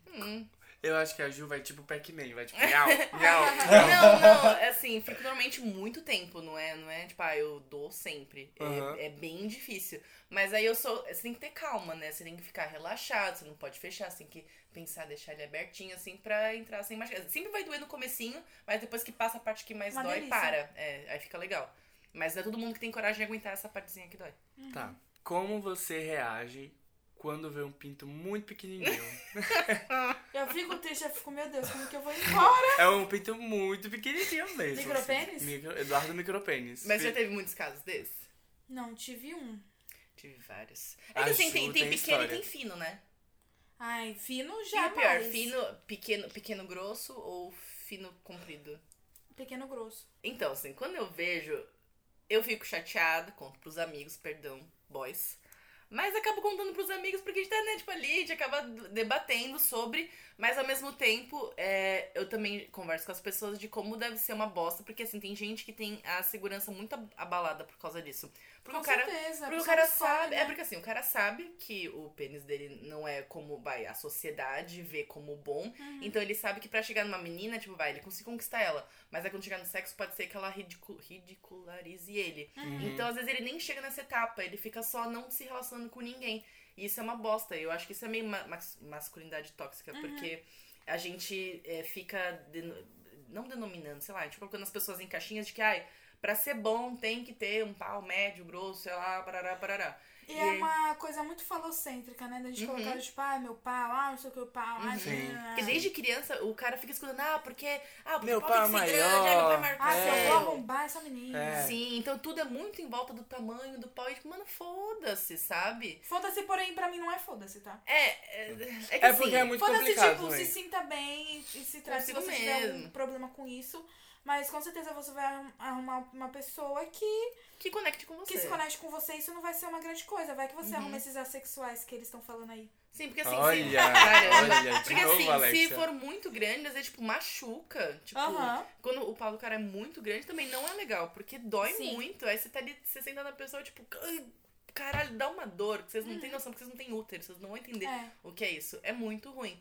Hum.
Eu acho que a Ju vai tipo Pac-Man, vai tipo miau, miau.
Não, não, é assim, fico normalmente muito tempo, não é? Não é tipo, ah, eu dou sempre. É-
Aham.
É, bem difícil. Mas aí eu sou. Você tem que ter calma, né? Você tem que ficar relaxado, você não pode fechar, você tem que pensar, deixar ele abertinho, assim, pra entrar sem machucar. Sempre vai doer no comecinho, mas depois que passa a parte que mais
Uma
dói,
delícia.
para. É, aí fica legal. Mas não é todo mundo que tem coragem de aguentar essa partezinha que dói.
Tá. Como você reage quando vê um pinto muito pequenininho?
Eu fico triste, eu fico, meu Deus, como que eu vou embora?
é um pinto muito pequenininho mesmo.
Micropênis?
assim. Micro... Eduardo Micropênis.
Mas
Pi-
já teve muitos casos desses?
Não, tive um.
Tive vários. É que
A
assim,
Ju
tem, tem
tem
pequeno
história.
e tem fino, né?
Ai, fino
E
já
o pior,
mais.
fino, pequeno, pequeno grosso ou fino comprido?
Pequeno grosso.
Então, assim, quando eu vejo, eu fico chateada, conto pros amigos, perdão, boys. Mas acabo contando pros amigos porque a gente tá, né, tipo, ali, a gente acaba debatendo sobre, mas ao mesmo tempo é, eu também converso com as pessoas de como deve ser uma bosta, porque assim, tem gente que tem a segurança muito ab- abalada por causa disso. Porque
Com
o cara.
certeza. a
Porque o
pessoa
cara
escolhe,
sabe.
né?
É porque assim, o cara sabe que o pênis dele não é como vai a sociedade vê como bom. Então ele sabe que pra chegar numa menina, tipo, vai, ele consegue conquistar ela. Mas aí quando chegar no sexo, pode ser que ela ridicu- ridicularize ele.
Uhum.
Então, às vezes, ele nem chega nessa etapa, ele fica só não se relacionando com ninguém. E isso é uma bosta. Eu acho que isso é meio ma- mas- masculinidade tóxica,
Uhum.
porque a gente é, fica. deno- não denominando, sei lá, a gente colocando as pessoas em caixinhas de que, ai, pra ser bom tem que ter um pau médio, grosso, sei lá, parará, parará.
E
E
é
aí-
uma coisa muito falocêntrica, né? Da gente
Uhum.
colocar, tipo, ah, meu pau, ah, não sei o que, o pau, ah,
Sim.
ah,
Porque desde criança o cara fica escutando, ah, porque. Ah, porque
Meu
o pau tem
pau é
que ser grande, ai, meu pai é
maior.
maior que
ah, se
o
eu
seu."
vou arrombar essa menina.
É.
Sim, então tudo é muito em volta do tamanho do pau. E tipo, mano, foda-se, sabe?
Foda-se, porém, pra mim não é foda-se, tá?
É, é, é que
É
assim,
porque é muito
Foda-se,
complicado
tipo,
também.
se sinta bem e e se trate se
Consigo
você tiver
mesmo.
um problema com isso. Mas com certeza você vai arrum- arrumar uma pessoa que,
que conecte com Uhum. você.
que se conecte com você. Isso não vai ser uma grande coisa. Vai que você arruma esses assexuais que eles estão falando aí.
Sim, porque assim, sim,
Olha,
caramba.
olha, de
Porque
novo,
assim,
Alexia.
se for muito grande, às vezes, tipo, machuca. Tipo,
Aham.
quando o pau do cara é muito grande, também não é legal, porque dói
Sim.
muito. Aí você tá ali, você senta na pessoa, tipo, "Ai, caralho, dá uma dor. Que vocês não têm noção, porque vocês não têm útero, vocês não vão entender.
Uhum. É.
O que é isso? É muito ruim.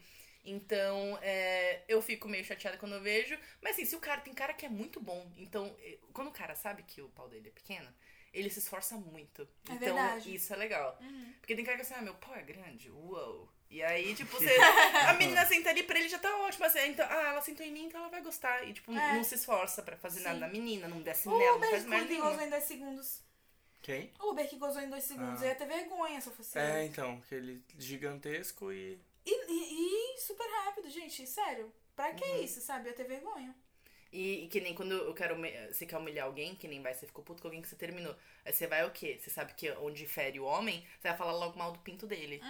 Então, é, eu fico meio chateada quando eu vejo. Mas assim, se o cara tem cara que é muito bom, então, eh, quando o cara sabe que o pau dele é pequeno, ele se esforça muito.
É
então,
verdade.
isso é legal.
Uhum.
Porque tem cara que é assim, ah, meu pau é grande, uou. E aí, tipo, você, a menina senta ali pra ele já tá ótimo. Assim, então, ah, ela sentou em mim, então ela vai gostar. E, tipo,
É.
não se esforça pra fazer nada
Sim.
na menina, não desce nela,
O
não faz
Uber
mais
que gozou
nenhuma.
em dois segundos.
Quem?
O Uber que gozou em dois segundos.
Ah.
Eu ia ter vergonha se eu fosse
É,
ele.
então, aquele gigantesco e...
E, e- e super rápido, gente. Sério. Pra que
Uhum.
isso, sabe? Eu ia ter vergonha.
E, e que nem quando eu quero humi- você quer humilhar alguém, que nem vai, você ficou puto com alguém que você terminou. Aí você vai o quê? Você sabe que onde fere o homem, você vai falar logo mal do pinto dele.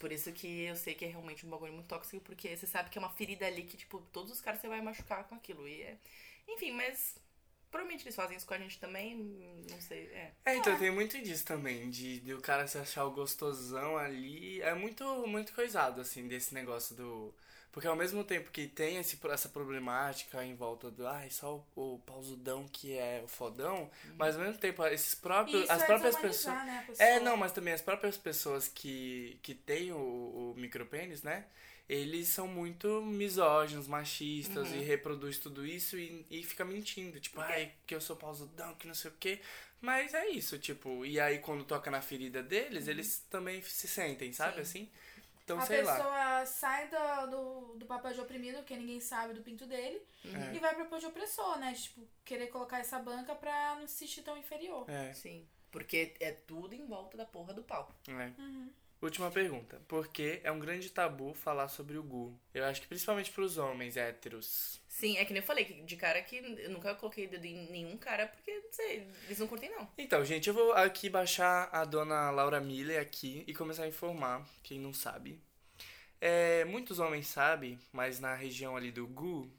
Por isso que eu sei que é realmente um bagulho muito tóxico, porque você sabe que é uma ferida ali que, tipo, todos os caras você vai machucar com aquilo. E é. Enfim, mas. Provavelmente eles fazem isso com a gente também, não sei. É.
É, então tem muito disso também, de, de o cara se achar o gostosão ali. É muito, muito coisado, assim, desse negócio do. Porque ao mesmo tempo que tem esse, essa problemática em volta do, ai, só o, o pausudão que é o fodão, mas ao mesmo tempo esses
Uhum. E
próprios,
isso
as
é
próprias
desumanizar,
pessoas.
né, a pessoa.
É, não, mas também as próprias pessoas que, que têm o, o micropênis, né? Eles são muito misóginos, machistas
Uhum.
e reproduz tudo isso e, e fica mentindo. Tipo, ai, que eu sou pausudão, que não sei o quê. Mas é isso, tipo. E aí quando toca na ferida deles, eles também se sentem, sabe?
Sim.
Assim? Então,
Uhum. a
sei
pessoa
lá.
sai do, do, do papel de oprimido, que ninguém sabe do pinto dele,
Uhum.
e vai pro papel de opressor, né? Tipo, querer colocar essa banca pra não se sentir tão inferior.
É,
Sim. Porque é tudo em volta da porra do pau.
é.
Uhum.
Última pergunta. Por que é um grande tabu falar sobre o Gu? Eu acho que principalmente pros homens héteros.
Sim, é que nem eu falei, que de cara que eu nunca coloquei dedo em nenhum cara, porque, não sei, eles não curtem, não.
Então, gente, eu vou aqui baixar a dona Laura Miller aqui e começar a informar quem não sabe. É, muitos homens sabem, mas na região ali do Gu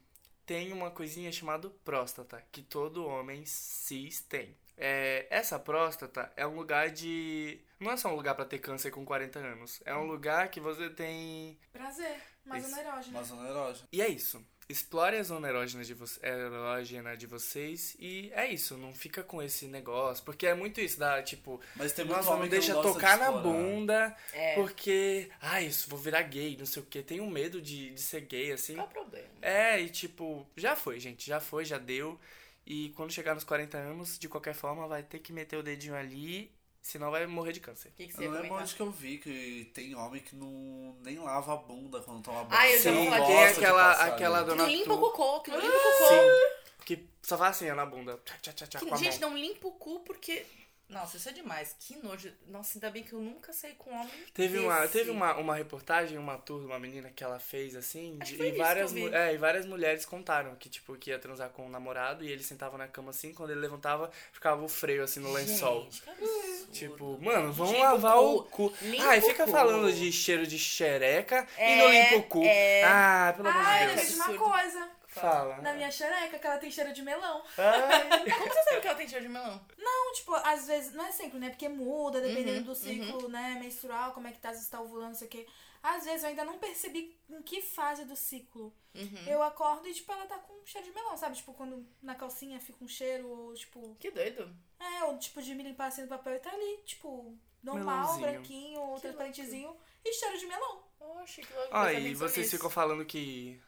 tem uma coisinha chamada próstata, que todo homem cis tem. É, essa próstata é um lugar de. Não é só um lugar pra ter câncer com 40 anos. É um lugar que você tem.
Prazer, mas
Isso.
onerógeno.
Uma zona erógena.
E é isso. Explore a zona erógena de, vo- erógena de vocês e é isso. Não fica com esse negócio. Porque é muito isso da tipo.
Mas tem muito
Nossa,
homem
não
que
deixa
não gosta de
tocar na
explorar.
bunda.
É.
Porque, ah, isso, vou virar gay, não sei o que. Tenho medo de, de ser gay, assim.
Qual o problema?
É, e tipo, já foi, gente, já foi, já deu. E quando chegar nos 40 anos, de qualquer forma, vai ter que meter o dedinho ali, senão vai morrer de câncer.
O que, que você
Eu
ia
lembro
comentar?
onde é que eu vi que tem homem que não nem lava a bunda quando toma banho.
Ah, eu já
Não
ouvi falar
gosta
Tem
de
aquela,
passar
aquela
ali.
Que
dona
não limpa o
é Tu, Ah!
cocô, que não limpa o cocô.
Sim, que só faz assim, ó, na bunda. Tchá, tchá, tchá, tchá,
Que-
com a
gente,
mão.
não limpa o cu porque. Nossa, isso é demais. Que nojo. Nossa, ainda bem que eu nunca saí com um homem.
Teve, uma,
desse.
teve uma, uma reportagem, uma tour de uma menina que ela fez assim,
Acho
de-
que foi
e,
isso que
várias,
eu vi.
mu- é, e várias mulheres contaram que, tipo, que ia transar com um namorado e ele sentava na cama assim, quando ele levantava, ficava o freio assim no lençol.
Gente, que absurdo.
Tipo, mano, vão
Limpa
lavar
o
o cu.
Limpa
Ai,
o
fica
cu.
falando de cheiro de xereca e
É,
não limpa o cu.
é.
Ah, pelo amor
Ah,
de
eu lembrei de
Deus. Ah.
uma
Absurdo.
coisa.
Fala.
Na minha xereca, que ela tem cheiro de melão.
Ai.
Como você sabe que ela tem cheiro de melão?
Então, tipo, às vezes, não é sempre, né? Porque muda, dependendo
Uhum,
do ciclo, né, menstrual, como é que tá, se tá ovulando, não sei o quê. Às vezes eu ainda não percebi em que fase do ciclo.
Uhum.
Eu acordo e, tipo, ela tá com cheiro de melão, sabe? Tipo, quando na calcinha fica um cheiro, ou, tipo.
Que doido.
É, ou tipo de me limpar assim no papel e tá ali, tipo, normal,
Melãozinho.
branquinho, ou
Que
transparentezinho, e cheiro de melão.
Oxe, que louco.
Ai,
eu
e
nem sabia
vocês
disso.
ficam falando que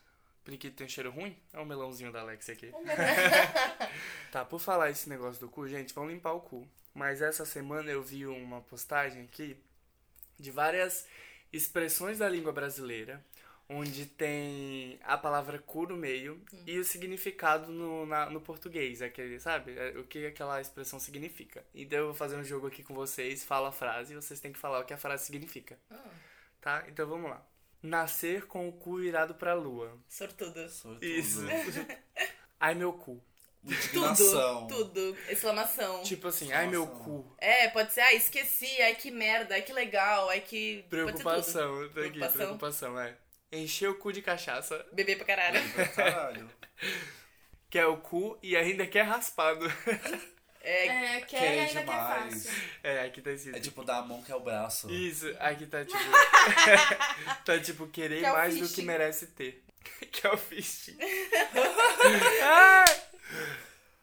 brinquedo tem cheiro ruim? É o melãozinho da Alex aqui.
Um melão.
Tá, por falar esse negócio do cu, gente, vão limpar o cu. Mas essa semana eu vi uma postagem aqui de várias expressões da língua brasileira, onde tem a palavra cu no meio e o significado no, na- no português, aquele, sabe? É, O que aquela expressão significa. Então eu vou fazer um jogo aqui com vocês, falo a frase e vocês têm que falar o que a frase significa,
Ah,
tá? Então vamos lá. Nascer com o cu virado pra lua.
sortudos.
Isso.
Isso. Ai meu cu.
Indignação.
Tudo, tudo. Exclamação.
Tipo assim, ai meu
Nossa.
cu.
É, pode ser, ai, esqueci, ai, que merda, ai, que legal, ai, que... Pode ser tudo.
Preocupação, tá aqui,
Preocupação.
preocupação, é. Encher o cu de cachaça,
Beber pra caralho.
Caralho.
que é o cu e ainda que é raspado.
É,
É, quer
Quer
e ainda
demais.
quer fácil.
É, aqui tá escrito.
É tipo dar a mão que é o braço.
Isso, aqui tá tipo. tá tipo, querer
Que é o
mais do
fishing.
que merece ter. que é o fishing. Ai!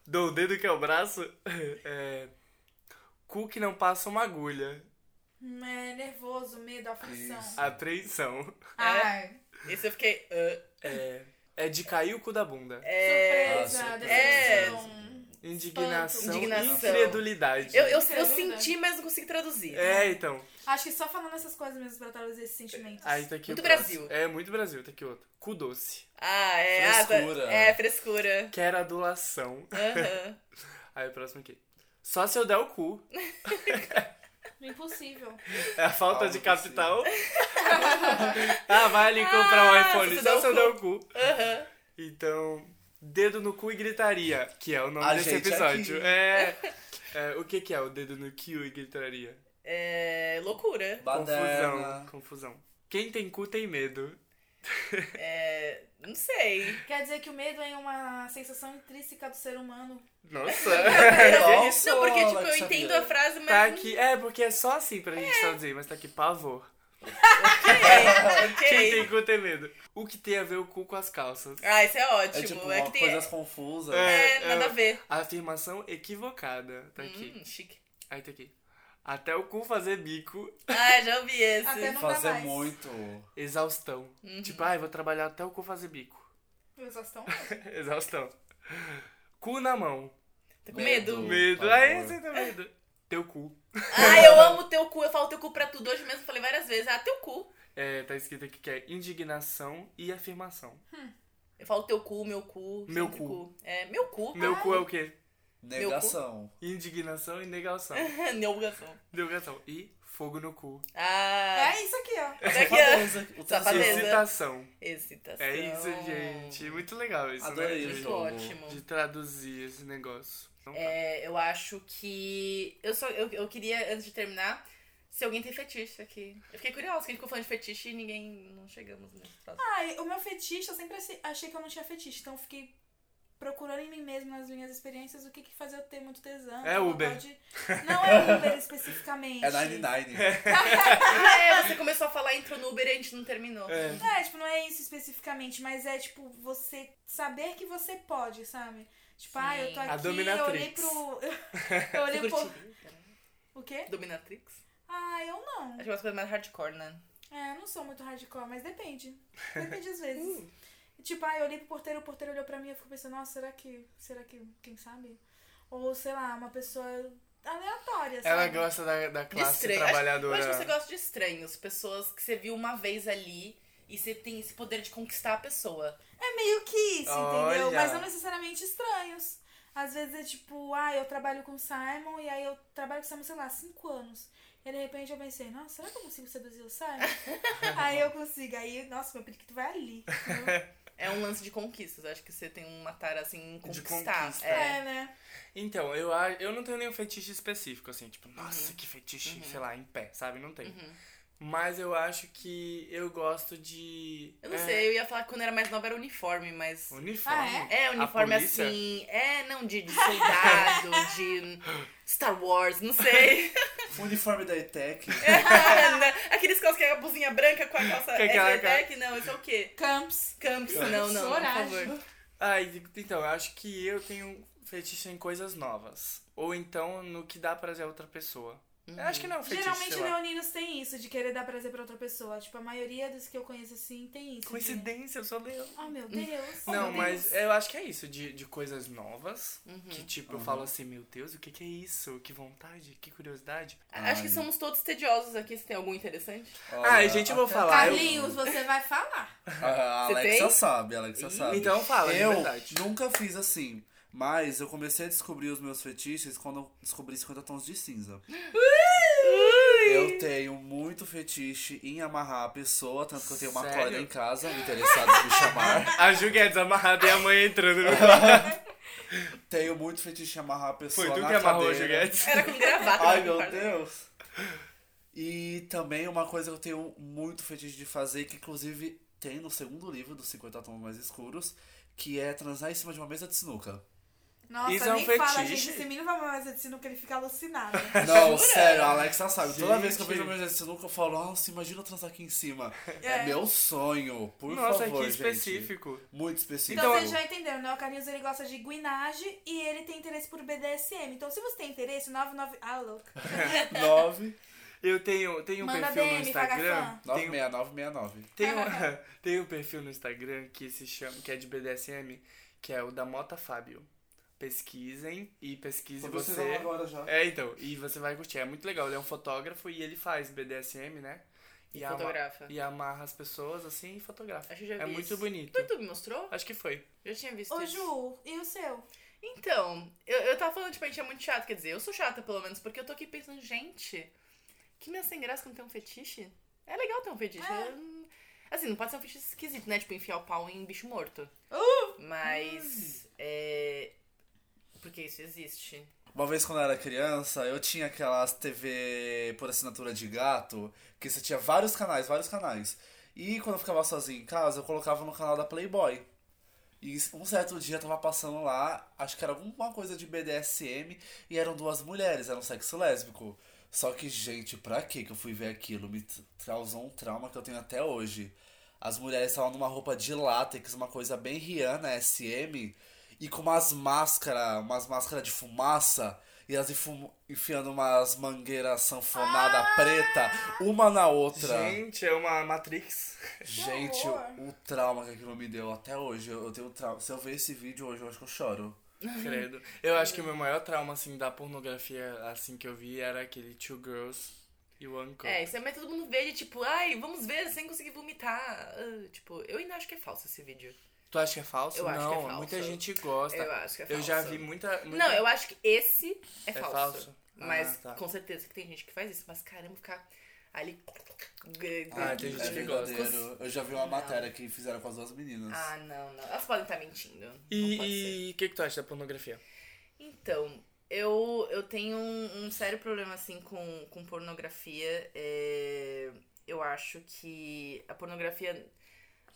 Dou o dedo que é o braço. É. Cu que não passa uma agulha.
Hum, É nervoso, medo, aflição.
Isso.
Apreensão.
Ai.
esse eu fiquei... ah,
É. É de cair o cu da bunda.
é...
Surpresa,
Ah, surpresa.
decepção.
Indignação, e
Indignação.
incredulidade.
Eu, eu, eu
Incrível, né?
senti, mas não consegui traduzir.
É, então.
Acho que só falando essas coisas mesmo pra trazer esses sentimentos.
Aí tá aqui
Muito
o próximo.
Brasil.
É, muito Brasil. Tá aqui outro. Cu doce.
Ah, é... ah, tá-
Frescura.
é, frescura.
Quer adulação.
Aham.
Aí o próximo aqui. Só se eu der o cu.
Impossível.
É a falta
Ah,
de
não
capital. ah, vai ali comprar um
Ah,
iPhone. Só
se der
se
o
eu der o cu. Então, dedo no cu e gritaria. Que é o nome
A
desse
gente
episódio.
aqui.
É, é, O que que é o dedo no cu e gritaria?
É... Loucura.
Confusão.
Baderna.
Confusão. Quem tem cu tem medo.
É... Não sei.
Quer dizer que o medo é uma sensação intrínseca do ser humano.
Nossa.
Nossa,
não, porque, tipo, eu
Alexa
entendo
Vieira.
a frase, mas...
tá aqui. É, porque é só assim pra gente traduzir, mas tá aqui pavor.
Ok, ok.
Quem tem cu tem medo. O que tem a ver o cu com as calças?
Ah, isso é
É
ótimo. É,
tipo
que
uma
tem.
coisas confusas.
É,
É,
nada
é.
a ver.
Afirmação equivocada. Tá aqui.
Hum, chique.
Aí tá aqui. Até o cu fazer bico,
Ah, já ouvi esse. Hum,
Até não dá
Fazer
mais.
muito.
exaustão.
Uhum.
Tipo, ai, vou trabalhar até o cu fazer bico.
Exaustão.
exaustão. Cu na mão.
Tô com medo.
Medo.
Medo.
pavor.
Aí você tá medo. Teu cu.
Ah, eu amo teu cu. Eu falo teu cu pra tudo. Hoje mesmo eu falei várias vezes. Ah, teu cu.
É, tá escrito aqui que é indignação e afirmação.
Eu falo teu cu, meu cu.
Meu
sempre
cu.
É, meu cu.
Meu cu é o quê?
Negação.
Indignação e negação.
Neugação.
Negação. E fogo no cu.
Ah,
É isso aqui, ó.
isso aqui, ó.
Safadeza. O
Safadeza.
terceiro.
Excitação.
Excitação.
É isso, gente. Muito legal isso,
Adorei
né?
o
de-
Muito
jogo.
ótimo.
De traduzir esse negócio. Então tá.
É, eu acho que. Eu só. Eu, eu queria, antes de terminar, se alguém tem fetiche aqui. Eu fiquei curiosa, que a gente ficou falando de fetiche e ninguém. Não chegamos nesse troço.
Ah! Ai, o meu fetiche, eu sempre achei- achei que eu não tinha fetiche, então eu fiquei procurando em mim mesma, nas minhas experiências, o que, que faz eu ter muito tesão.
É
Ela
Uber.
pode- Não é Uber especificamente.
É 99.
Ah, é, você começou a falar, entrou no Uber e a gente não terminou.
É.
É, tipo, não é isso especificamente, mas é tipo você saber que você pode, sabe? Tipo, ah, eu tô
Sim.
A
aqui, eu olhei
dominatrix.
pro. Eu
Você
olhei um pro.
curtiu?
O quê?
Dominatrix?
Ah, eu não.
Acho que é uma coisa mais hardcore, né?
É, eu não sou muito hardcore, mas depende. Depende às vezes.
Hum.
Tipo, ah, eu olhei pro porteiro, o porteiro olhou pra mim, eu fico pensando, nossa, será que. Será que. Quem sabe? Ou, sei lá, uma pessoa aleatória, sabe?
Ela gosta da, da
é De
classe
estranho. Acho-
trabalhadora.
Eu acho que você gosta de estranhos, pessoas que você viu uma vez ali e você tem esse poder de conquistar a pessoa.
É meio que isso, entendeu?
Olha.
Mas não necessariamente estranhos. Às vezes é tipo, ah, eu trabalho com o Simon e aí eu trabalho com o Simon, sei lá, cinco anos. E de repente eu pensei, nossa, será que eu consigo seduzir o Simon? aí eu consigo. Aí, nossa, meu periquito vai ali. entendeu?
É um lance de conquistas. Eu Acho que você tem uma tara assim em
De
conquistar.
conquista.
É.
É, né?
Então, eu, a- eu não tenho nenhum fetiche específico, assim, tipo, nossa, que fetiche, sei lá, em pé, sabe? Não tem.
Uhum.
Mas eu acho que eu gosto de.
Eu não
é,
sei, eu ia falar que quando era mais nova era uniforme, mas.
Uniforme.
Ah,
É, uniforme
A polícia?
assim. É, não, de, de soldado, de Star Wars, não sei.
Uniforme da ETEC.
Aqueles caras que é a blusinha branca com a calça
Que é aquela
Ethertech, não, isso é o quê?
Camps.
Camps, não, não, por
Sorajo.
favor.
Ah, e- então, eu acho que eu tenho fetiche em coisas novas. Ou então no que dá prazer a outra pessoa. Eu acho que não é um fetiche.
Geralmente
sei lá.
leoninos têm isso, de querer dar prazer pra outra pessoa. Tipo, a maioria dos que eu conheço assim tem isso. de-
Coincidência, eu sou leão.
Oh, meu Deus.
Não,
meu
mas
Deus.
eu acho que é isso, de, de coisas novas.
Uhum.
Que tipo, eu falo assim, meu Deus, o que, que é isso? Que vontade, que curiosidade.
Acho que somos todos tediosos aqui, se tem algum interessante.
ah, gente, eu vou falar. eu-
Carlinhos, você vai falar.
A, a
Você
Alexa
tem?
Ah, sabe, a Alexa sabe.
Então fala, de
eu
verdade.
nunca fiz assim. Mas eu comecei a descobrir os meus fetiches quando eu descobri 50 tons de cinza. eu tenho muito fetiche em amarrar a pessoa, tanto que eu tenho uma
Sério?
corda em casa, interessados em me chamar.
A Ju Guedes amarrada e a mãe entrando. no-
Tenho muito fetiche em amarrar a pessoa
Foi tu
na
que amarrou a Ju
cadeira.
Guedes.
Era com gravata.
Ai,
né,
meu
compadre?
Deus. E também uma coisa que eu tenho muito fetiche de fazer, que inclusive tem no segundo livro dos 50 Tons Mais Escuros, que é transar em cima de uma mesa de sinuca.
Nossa,
Isso é um
nem fala,
fetiche.
gente. Esse menino vai mais medicina que ele fica alucinado. Então,
Não, sério, a Alexa sabe. Toda
Gente.
vez que eu vejo uma mesa de sinuca, eu falo, nossa, imagina eu transar aqui em cima. É,
É.
meu sonho, por
Nossa,
favor,
que
gente.
específico.
Muito específico.
Então, vocês já entenderam, né? O Carlinhos ele gosta de guinage e ele tem interesse por BDSM. Então, se você tem interesse, 99. Ah, louco.
9,
Eu tenho, tenho um
Manda
perfil no
DM,
Instagram.
Fagafã.
Tenho
96969.
Tem um, tem um perfil no Instagram que se chama, que é de BDSM, que é o da Mota Fábio. Pesquisem e pesquise você.
agora já.
É, então, e você vai curtir. É muito legal. Ele é um fotógrafo e ele faz BDSM, né?
E
ama-
fotografa.
e amarra as pessoas assim e fotografa.
Acho que já vi
É muito
isso.
bonito.
O YouTube mostrou?
Acho que foi.
Já tinha visto
Ô,
isso.
Ju, e o seu?
Então, eu, eu tava falando, tipo, a gente é muito chato, quer dizer, eu sou chata pelo menos, porque eu tô aqui pensando, gente, que minha sem graça quando tem um fetiche? É legal ter um fetiche.
É.
eu- Assim, não pode ser um fetiche esquisito, né? Tipo, enfiar o pau em bicho morto.
Uh! Hum.
Mas. É. Porque isso existe.
Uma vez quando eu era criança, eu tinha aquelas TV por assinatura de gato, que você tinha vários canais, vários canais. E quando eu ficava sozinho em casa, eu colocava no canal da Playboy. E um certo dia eu tava passando lá, acho que era alguma coisa de BDSM, e eram duas mulheres, era um sexo lésbico. Só que, gente, pra que que eu fui ver aquilo? Me tra- causou um trauma que eu tenho até hoje. As mulheres estavam numa roupa de látex, uma coisa bem Rihanna SM, e com umas máscaras, umas máscaras de fumaça, e elas enfu- enfiando umas mangueiras sanfonada preta, uma na outra.
Gente, é uma Matrix.
Gente,
horror.
o, o trauma que aquilo me deu até hoje, eu, eu tenho trauma. Se eu ver esse vídeo hoje, eu acho que eu choro.
Credo. Eu acho que o meu maior trauma, assim, da pornografia, assim, que eu vi era aquele Two Girls e One Cup.
É, isso é, mas todo mundo vê de tipo, ai, vamos ver sem conseguir vomitar. Ah, tipo, eu ainda acho que é falso esse vídeo.
Tu acha que é falso?
Eu
Não,
acho que é falso.
muita gente gosta.
Eu acho que é falso.
Eu já vi muita. muita-
Não, eu acho que esse é,
É
falso.
falso? Ah,
Mas
tá.
com certeza que tem gente que faz isso. Mas caramba, ficar ali.
Ah, tem gente
é
que gosta.
verdadeiro. Eu já vi uma matéria que fizeram com as duas meninas.
Ah, não, não. Elas podem estar mentindo. Não pode ser.
E o que, que tu acha da pornografia?
Então, eu, eu tenho um, um sério problema assim com, com pornografia. É, eu acho que a pornografia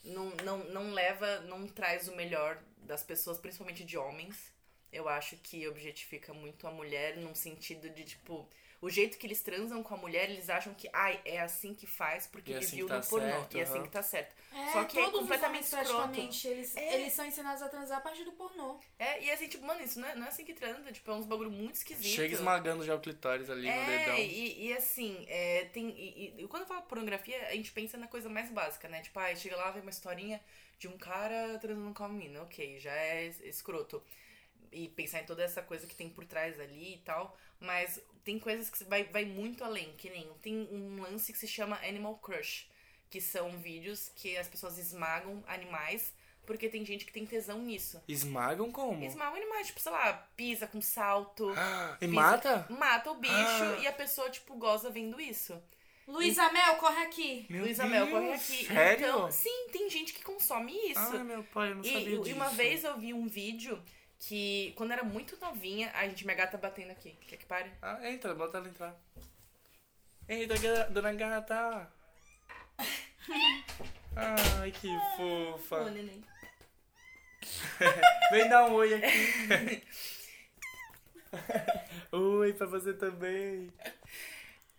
não, não, não leva, não traz o melhor das pessoas, principalmente de homens. Eu acho que objetifica muito a mulher num sentido de, tipo, o jeito que eles transam com a mulher, eles acham que, ai, é assim que faz porque
E
ele
assim
viu
que tá
no pornô.
certo,
e é assim
aham.
que tá certo.
É,
Só que é
todos os
completamente
homens,
escroto.
praticamente, eles,
É.
eles são ensinados a transar a partir do pornô.
É, e assim, tipo, mano, isso não é, não é assim que transa, tipo, é uns bagulho muito esquisito.
Chega esmagando já o clitóris ali no
É,
dedão.
e, e assim, é, tem. E, e- e quando eu falo pornografia, a gente pensa na coisa mais básica, né? Tipo, ah, chega lá, vê uma historinha de um cara transando com a mina, ok, já é es- escroto. E pensar em toda essa coisa que tem por trás ali e tal. Mas tem coisas que se- vai, vai muito além, que nem. Tem um lance que se chama Animal Crush, que são vídeos que as pessoas esmagam animais, porque tem gente que tem tesão nisso.
Esmagam como?
Esmaga animais, tipo, sei lá, pisa com salto.
Ah, E
Pisa-
mata?
Mata o bicho
Ah.
e a pessoa, tipo, goza vendo isso.
Luísa Mel, corre aqui!
Meu
Luísa
Deus,
Mel corre aqui.
Sério?
Então, sim, tem gente que consome isso.
Ah, meu pai, eu não
E-
sabia
e,
disso.
e uma vez eu vi um vídeo que, quando era muito novinha, a gente, minha gata batendo aqui. Quer que pare?
Ah, entra, bota ela entrar. Eita, ga- dona gata! Ai, que fofa!
neném.
Vem dar um oi aqui. oi, pra você também.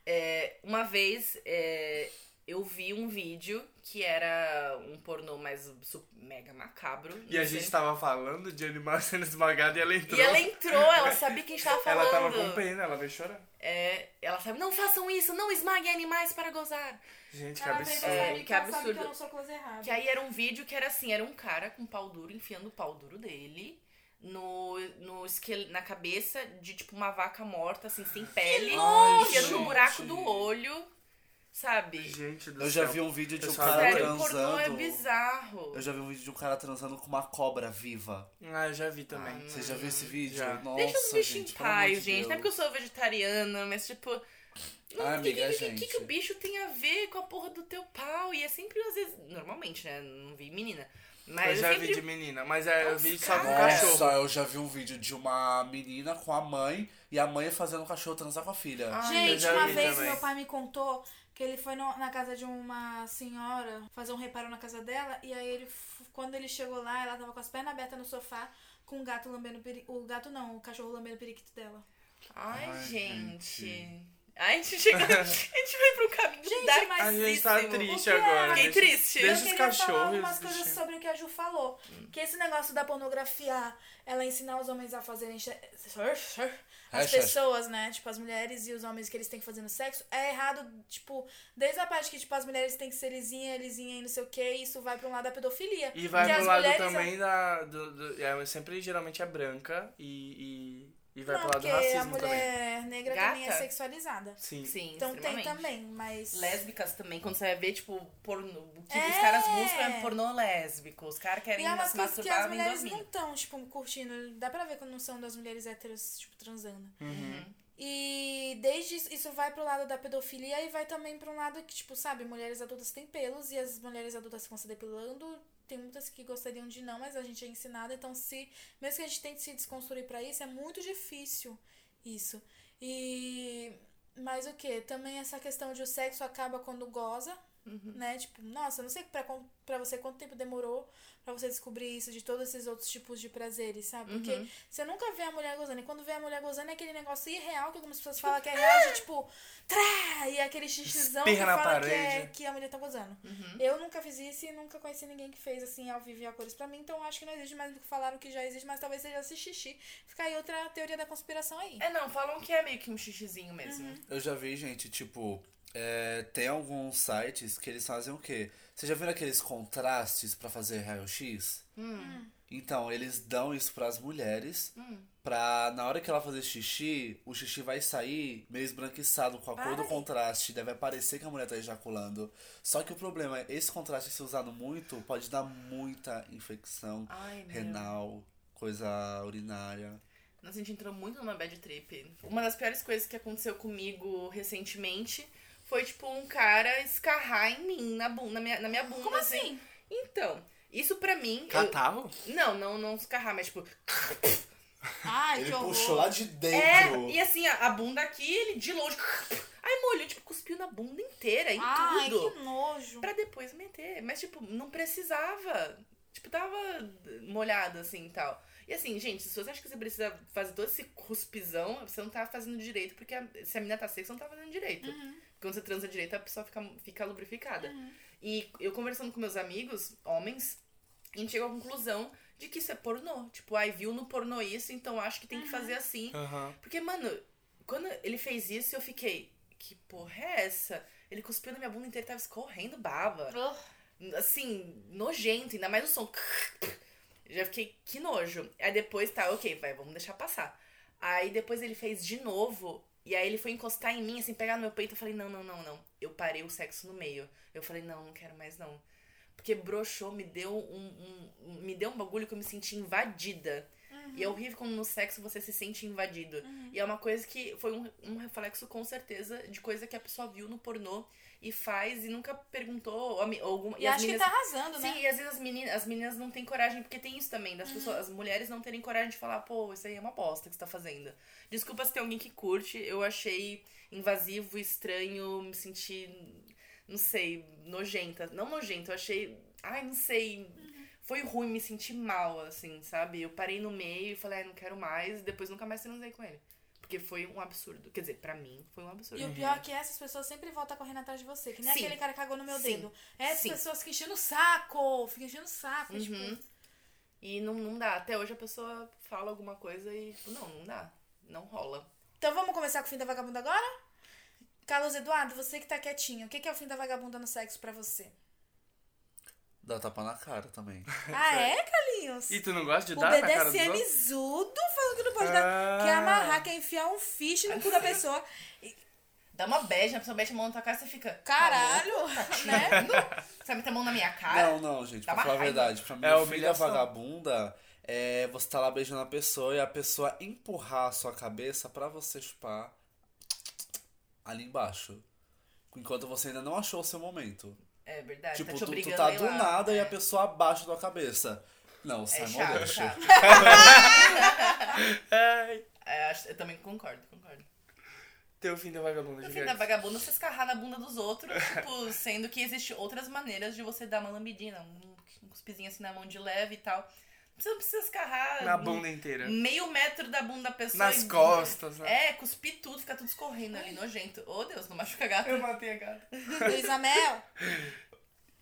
É, uma vez é, eu vi um vídeo que era um pornô mais su- mega macabro.
E
não
a
sei.
gente tava falando de animal sendo esmagado e ela entrou.
E ela entrou, ela sabia que a gente tava falando.
Ela tava com pena, ela veio chorar.
É, ela sabe, não façam isso, não esmaguem animais para gozar.
Gente, que
Ela veio
absurdo.
pra
É,
mim
que
que ela sabe
absurdo.
que eu não sou coisa errada.
Que aí era um vídeo que era assim, era um cara com pau duro, enfiando o pau duro dele no, no esquel- na cabeça de tipo uma vaca morta, assim, sem pele,
nojo!
enfiando no buraco do
Gente.
olho, sabe?
Gente do
Eu
céu.
já vi um vídeo de
Eu
um
só
cara
adorei.
Sério, o pornô é
transando.
bizarro.
Eu já vi um vídeo de um cara transando com uma cobra viva.
Ah, eu já vi também. Hum,
Você já viu esse vídeo?
Já.
Nossa,
Hum, Deixa os bichos em
gente, pelo amor de
paz, gente. Não é porque eu
Deus.
sou vegetariana, mas tipo. Não,
Ah,
o que,
amiga,
que, que- que
gente.
o bicho tem a ver com a porra do teu pau? E é sempre, às vezes. Normalmente, né? Não vi menina.
eu
Mas eu,
já
sempre
vi de menina, mas é, eu vi só com
Nossa.
cachorro.
Nossa, eu já vi um vídeo de uma menina com a mãe e a mãe fazendo o cachorro transar com a filha.
Ah, Ai, eu
Gente,
já
uma
vi
vez
também.
meu pai me contou que ele foi no- na casa de uma senhora fazer um reparo na casa dela e aí ele f- quando ele chegou lá, ela tava com as pernas abertas no sofá com o gato lambendo o peri... o gato não, o cachorro lambendo o periquito dela.
Ai,
Ai,
gente.
gente.
Ai, a gente chega. a gente vai pra um caminho
Gente,
dark.
mas-
A gente tá
Tristíssimo.
triste
O que é?
agora.
Fiquei
deixa-
triste.
Eu
Deixa os
queria
cachorros.
falar algumas
os
coisas
bichinhos.
sobre o que a Ju falou. Que esse negócio da pornografia, ela ensinar os homens a fazerem che- as
É,
Hashtag.
pessoas, né? Tipo, as mulheres e os homens que eles têm que fazer no sexo, é errado, tipo, desde a parte que, tipo, as mulheres têm que ser lisinha, lisinha e não sei o que, isso vai pra um lado da pedofilia.
E vai
Que
pro
as
lado
mulheres-
também da. Do, do- é, sempre geralmente é branca e. E, e vai
Não,
pro lado
porque
do racismo
a
também.
mulher negra
Gata?
também é sexualizada.
Sim.
Sim,
Então tem
extremamente.
também, mas.
Lésbicas também, quando você vai ver, tipo, porno. o que os
É.
caras buscam é pornô lésbico. Os caras
E
querem
é umas
se
coisas que as
masturbar vendo as
mulheres não
minas.
estão, tipo, curtindo. Dá pra ver quando não são das mulheres héteras, tipo, transando.
Uhum.
E desde isso, isso vai pro lado da pedofilia e vai também pro lado que, tipo, sabe, mulheres adultas têm pelos e as mulheres adultas ficam se depilando. Tem muitas que gostariam de não, mas a gente é ensinada. Então, se mesmo que a gente tente se desconstruir pra isso, é muito difícil isso. E mas o que? Também essa questão de o sexo acaba quando goza,
Uhum.
né? Tipo, nossa, eu não sei pra, quan- pra você quanto tempo demorou pra você descobrir isso, de todos esses outros tipos de prazeres, sabe?
Uhum.
Porque você nunca vê a mulher gozando. E quando vê a mulher gozando é aquele negócio irreal que algumas pessoas falam que é real, de tipo, trá! E é aquele xixizão que
Espirra na
fala que, é,
parede.
que a mulher tá gozando.
Uhum.
Eu nunca fiz isso e nunca conheci ninguém que fez assim ao vivo e a cores pra mim, então acho que não existe mais do que falaram que já existe, mas talvez seja esse xixi. Fica aí outra teoria da conspiração aí.
É, não, falam que é meio que um xixizinho mesmo.
Eu já vi, gente, tipo, é, tem alguns sites que eles fazem o quê? Vocês já viram aqueles contrastes pra fazer raio-x?
Uhum.
Hum.
Então, eles dão isso pras mulheres, pra na hora que ela fazer xixi, o xixi vai sair meio esbranquiçado com a cor do
Ai.
contraste, deve parecer que a mulher tá ejaculando. Só que o problema é, esse contraste se usado muito, pode dar muita infecção
Ai, meu.
renal, coisa urinária.
Nossa, a gente entrou muito numa bad trip. Uma das piores coisas que aconteceu comigo recentemente foi, tipo, um cara escarrar em mim, na, bunda, na, minha, na minha bunda.
Como assim?
Então, isso pra mim. eu-
Catarro?
Não, não, não escarrar, mas tipo.
Ai,
Ele
que horror.
puxou lá de dentro.
É, e assim, a, a bunda aqui, ele de longe. Aí molhou, tipo, cuspiu na bunda inteira, em
Ai,
tudo.
que nojo.
Pra depois meter. Mas, tipo, não precisava. Tipo, tava molhado, assim, e tal. E assim, gente, se você acha que você precisa fazer todo esse cuspizão, você não tá fazendo direito, porque a- se a mina tá seca, você não tá fazendo direito. Quando você transa direito, a pessoa fica, fica lubrificada.
Uhum.
E eu conversando com meus amigos, homens, a gente chegou à conclusão de que isso é pornô. Tipo, ai, viu no pornô isso, então acho que tem que fazer assim.
Aham.
Porque, mano, quando ele fez isso, eu fiquei, que porra é essa? Ele cuspiu na minha bunda inteira e tava escorrendo baba. Assim, nojento, ainda mais o som. Já fiquei, que nojo. Aí depois tá, ok, vai, vamos deixar passar. Aí depois ele fez de novo. E aí ele foi encostar em mim, assim, pegar no meu peito. Eu falei, não, não, não, não. Eu parei o sexo no meio. Eu falei, não, não quero mais não. Porque broxou, me deu um, um- um- Me deu um bagulho que eu me senti invadida. E é
Uhum.
horrível como no sexo você se sente invadido. E é uma coisa que foi um, um reflexo, com certeza, de coisa que a pessoa viu no pornô e faz e nunca perguntou. Ou, a mi- ou alguma,
E,
as
acho
meninas-
que tá arrasando, né? Uhum.
Sim, e às vezes as meninas, as meninas não têm coragem, porque tem isso também, das pessoas, as mulheres não terem coragem de falar, pô, isso aí é uma bosta que você tá fazendo. Desculpa se tem alguém que curte, eu achei invasivo, estranho, me senti, não sei, nojenta. Não nojenta, eu achei, ai, não sei,
Uhum.
foi ruim, me senti mal, assim, sabe? Eu parei no meio e falei, ai, não quero mais, e depois nunca mais transei com ele. Porque foi um absurdo. Quer dizer, pra mim, foi um absurdo.
E
né?
o pior é que essas pessoas sempre voltam correndo atrás de você. Que nem
Sim.
aquele cara que cagou no meu
Sim.
dedo. Essas
Sim.
pessoas que enchendo o saco. Ficam enchendo o saco.
Uhum.
Tipo,
E não, não dá. Até hoje a pessoa fala alguma coisa e, tipo, não, não dá. Não rola.
então vamos começar com o fim da vagabunda agora? Carlos Eduardo, você que tá quietinho. O que que é o fim da vagabunda no sexo pra você?
Dá tapa na cara também.
Ah, é, Carlinhos?
E tu não gosta de
o
dar na cara dos Ah,
BDSM
outros?
zudo falando que não pode dar. Quer amarrar, quer enfiar um fish no cu da pessoa.
Dá uma beijo, a pessoa beija a mão na tua cara e você fica.
Caralho,
Tá
né?
Né? Você mete a mão na minha cara?
Não, não, gente, pra
Dá uma
falar a
raiva.
verdade, pra mim,
É
o filho da
humilhação.
vagabunda é você tá lá beijando a pessoa e a pessoa empurrar a sua cabeça pra você chupar ali embaixo. Enquanto você ainda não achou o seu momento.
É verdade.
tipo,
tá te
tu, tu
obrigando
tá
a ir
do
lá.
nada e
É.
a pessoa abaixo da tua cabeça. Não,
É
sai mal
chato,
deixa.
chato.
Ai,
É, acho- eu também concordo, concordo.
teu fim da vagabunda,
No fim
gigante.
da vagabunda, você escarrar na bunda dos outros, tipo, sendo que existe outras maneiras de você dar uma lambidinha, um, um cuspizinho assim na mão de leve e tal. Você não precisa escarrar
Na
um-
bunda inteira.
meio metro da bunda da pessoa.
Nas
e-
costas, né?
É, cuspir tudo, ficar tudo escorrendo ali, nojento. Ô Deus, não machuca gato.
Eu matei a gata.
né? Luísa Mel,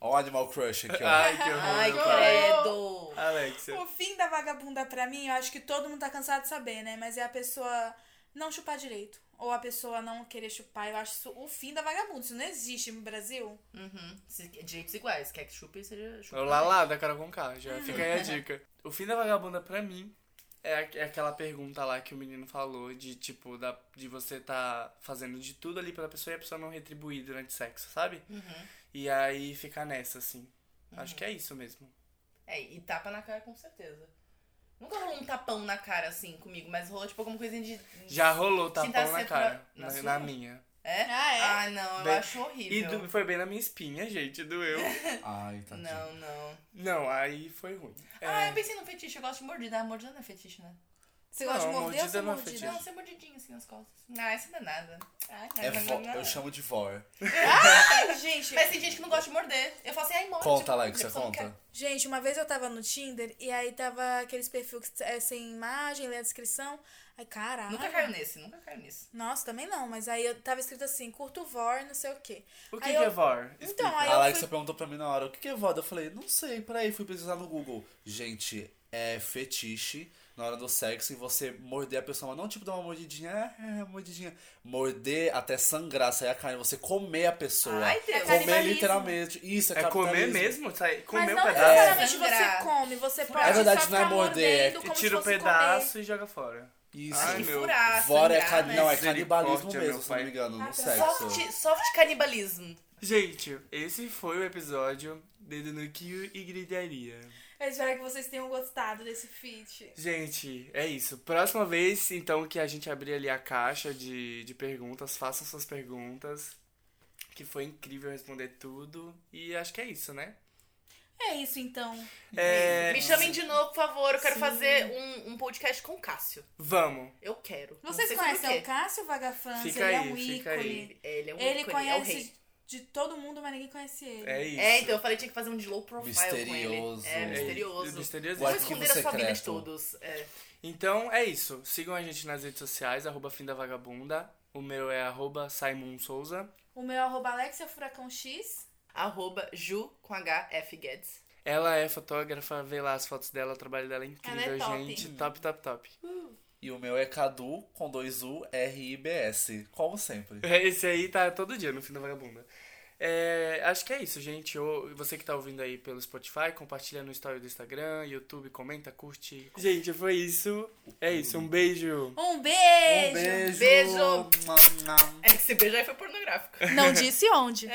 Ó o Animal Crush aqui, ó.
Ai, que horror.
Ai,
meu pai.
credo.
Alexia.
o fim da vagabunda pra mim, eu acho que todo mundo tá cansado de saber, né? Mas é a pessoa não chupar direito. Ou a pessoa não querer chupar. Eu acho isso o fim da vagabunda. Isso não existe no Brasil.
Uhum. Se- Direitos iguais. Quer que chupe, seja chupa.
É o Lalá da Carol Conká,
Hum.
já fica aí a dica. O fim da vagabunda pra mim é, aqu- é aquela pergunta lá que o menino falou de tipo, da, de você tá fazendo de tudo ali pela pessoa e a pessoa não retribuir durante o sexo, sabe?
Uhum.
E aí ficar nessa, assim. Acho que é isso mesmo.
É, e tapa na cara com certeza. Nunca rolou um tapão na cara assim comigo, mas rolou tipo alguma coisinha de.
Já rolou tapão
dá
na
sempre
cara,
na
na,
sua?
na minha.
É?
Ah, é?
Ah, não, eu
Bem-
acho
E
horrível.
do- foi bem na minha espinha, gente, doeu.
Ai, tá
Não, não.
não, aí foi ruim. É,
Ah, eu pensei no fetiche, eu gosto de mordida. Ah, mordida não é fetiche, né?
Você
Não,
gosta de morder ou
mordida não
você
é
mordida?
fetiche.
Não, ser mordidinho assim nas costas. Ah, isso não é nada. Ai, não,
É
não,
vo-
não, não.
Eu chamo de vor.
Ai, gente.
Mas tem gente que não gosta de morder. Eu falo assim, ai, morde.
Conta,
tipo,
Alexia,
eu falo,
conta.
"Quer-
Gente, uma vez eu tava no Tinder e aí tava aqueles perfis que é sem imagem, lê a descrição. Aí, caralho.
Nunca caiu nesse, nunca caiu nesse.
Nossa, também não, mas aí eu tava escrito assim, curto vor, não sei o quê.
O que,
aí
que
eu-
é VAR?
Então, aí
A
eu
Alexa
fui...
perguntou pra mim na hora, o que que é voda? Eu falei, não sei, peraí, fui pesquisar no Google. Gente, é fetiche na hora do sexo e você morder a pessoa, mas não tipo dar uma mordidinha, ah, ah, mordidinha. Morder até sangrar, sair a carne, você comer a pessoa.
Ai, Deus.
Carne-
comer
canibalismo.
literalmente. Isso, é,
É comer
capitalismo.
mesmo? Sai,
Mas
comer um
não
pedaço.
necessariamente
Sangrar.
você come, você pode
verdade,
só
não é
ficar
morder, é-
mordendo
E
como
tira
se
o
fosse
pedaço e joga fora.
Isso.
Ai,
que
meu.
furar,
Vora é,
sangrar,
cani-
né?
não, é
Misericórdia,
canibalismo
meu
mesmo, se não
pai.
me engano, no sexo.
Soft, soft canibalismo.
Gente, esse foi o episódio Dedo no Kio e Gritaria.
Eu espero que vocês tenham gostado desse feat.
Gente, é isso. Próxima vez, então, que a gente abrir ali a caixa de, de perguntas, façam suas perguntas. Que foi incrível responder tudo. E acho que é isso, né?
É isso então.
É,
Me chamem de novo, por favor. Eu quero
Sim.
fazer um, um podcast com o Cássio.
Vamos.
Eu quero. Não
Vocês
sei sobre
conhecem o
quê.
Cássio Vagafrança,
Fica
ele é
aí,
um
fica
ícone.
aí.
Ele é um
Ele
ícone, é o rei.
conhece de todo mundo, mas ninguém conhece ele.
É isso.
É, então eu falei que tinha que fazer um de low profile com ele.
Misterioso.
É,
É,
E
misterioso.
misterioso.
Vamos
O arquivo
esconder a sua vida de
secreto.
todos. É.
Então é isso. Sigam a gente nas redes sociais, arroba fim da vagabunda. O meu é arroba Simon Souza.
O meu é arroba Alexia Furacão X.
Arroba Ju com HF Guedes.
Ela é fotógrafa, vê lá as fotos dela, o trabalho dela é incrível,
Ela é top.
gente. Top, top, top.
E o meu é Cadu com dois U R I B S, como sempre.
Esse aí tá todo dia no fim da vagabunda. É, acho que é isso, gente. Ou você que tá ouvindo aí pelo Spotify, compartilha no story do Instagram, YouTube, comenta, curte. Gente, foi isso. É isso, um beijo.
Um beijo!
Um beijo.
Beijo.
Mua, mua.
É que se beijar foi pornográfico.
Não disse onde.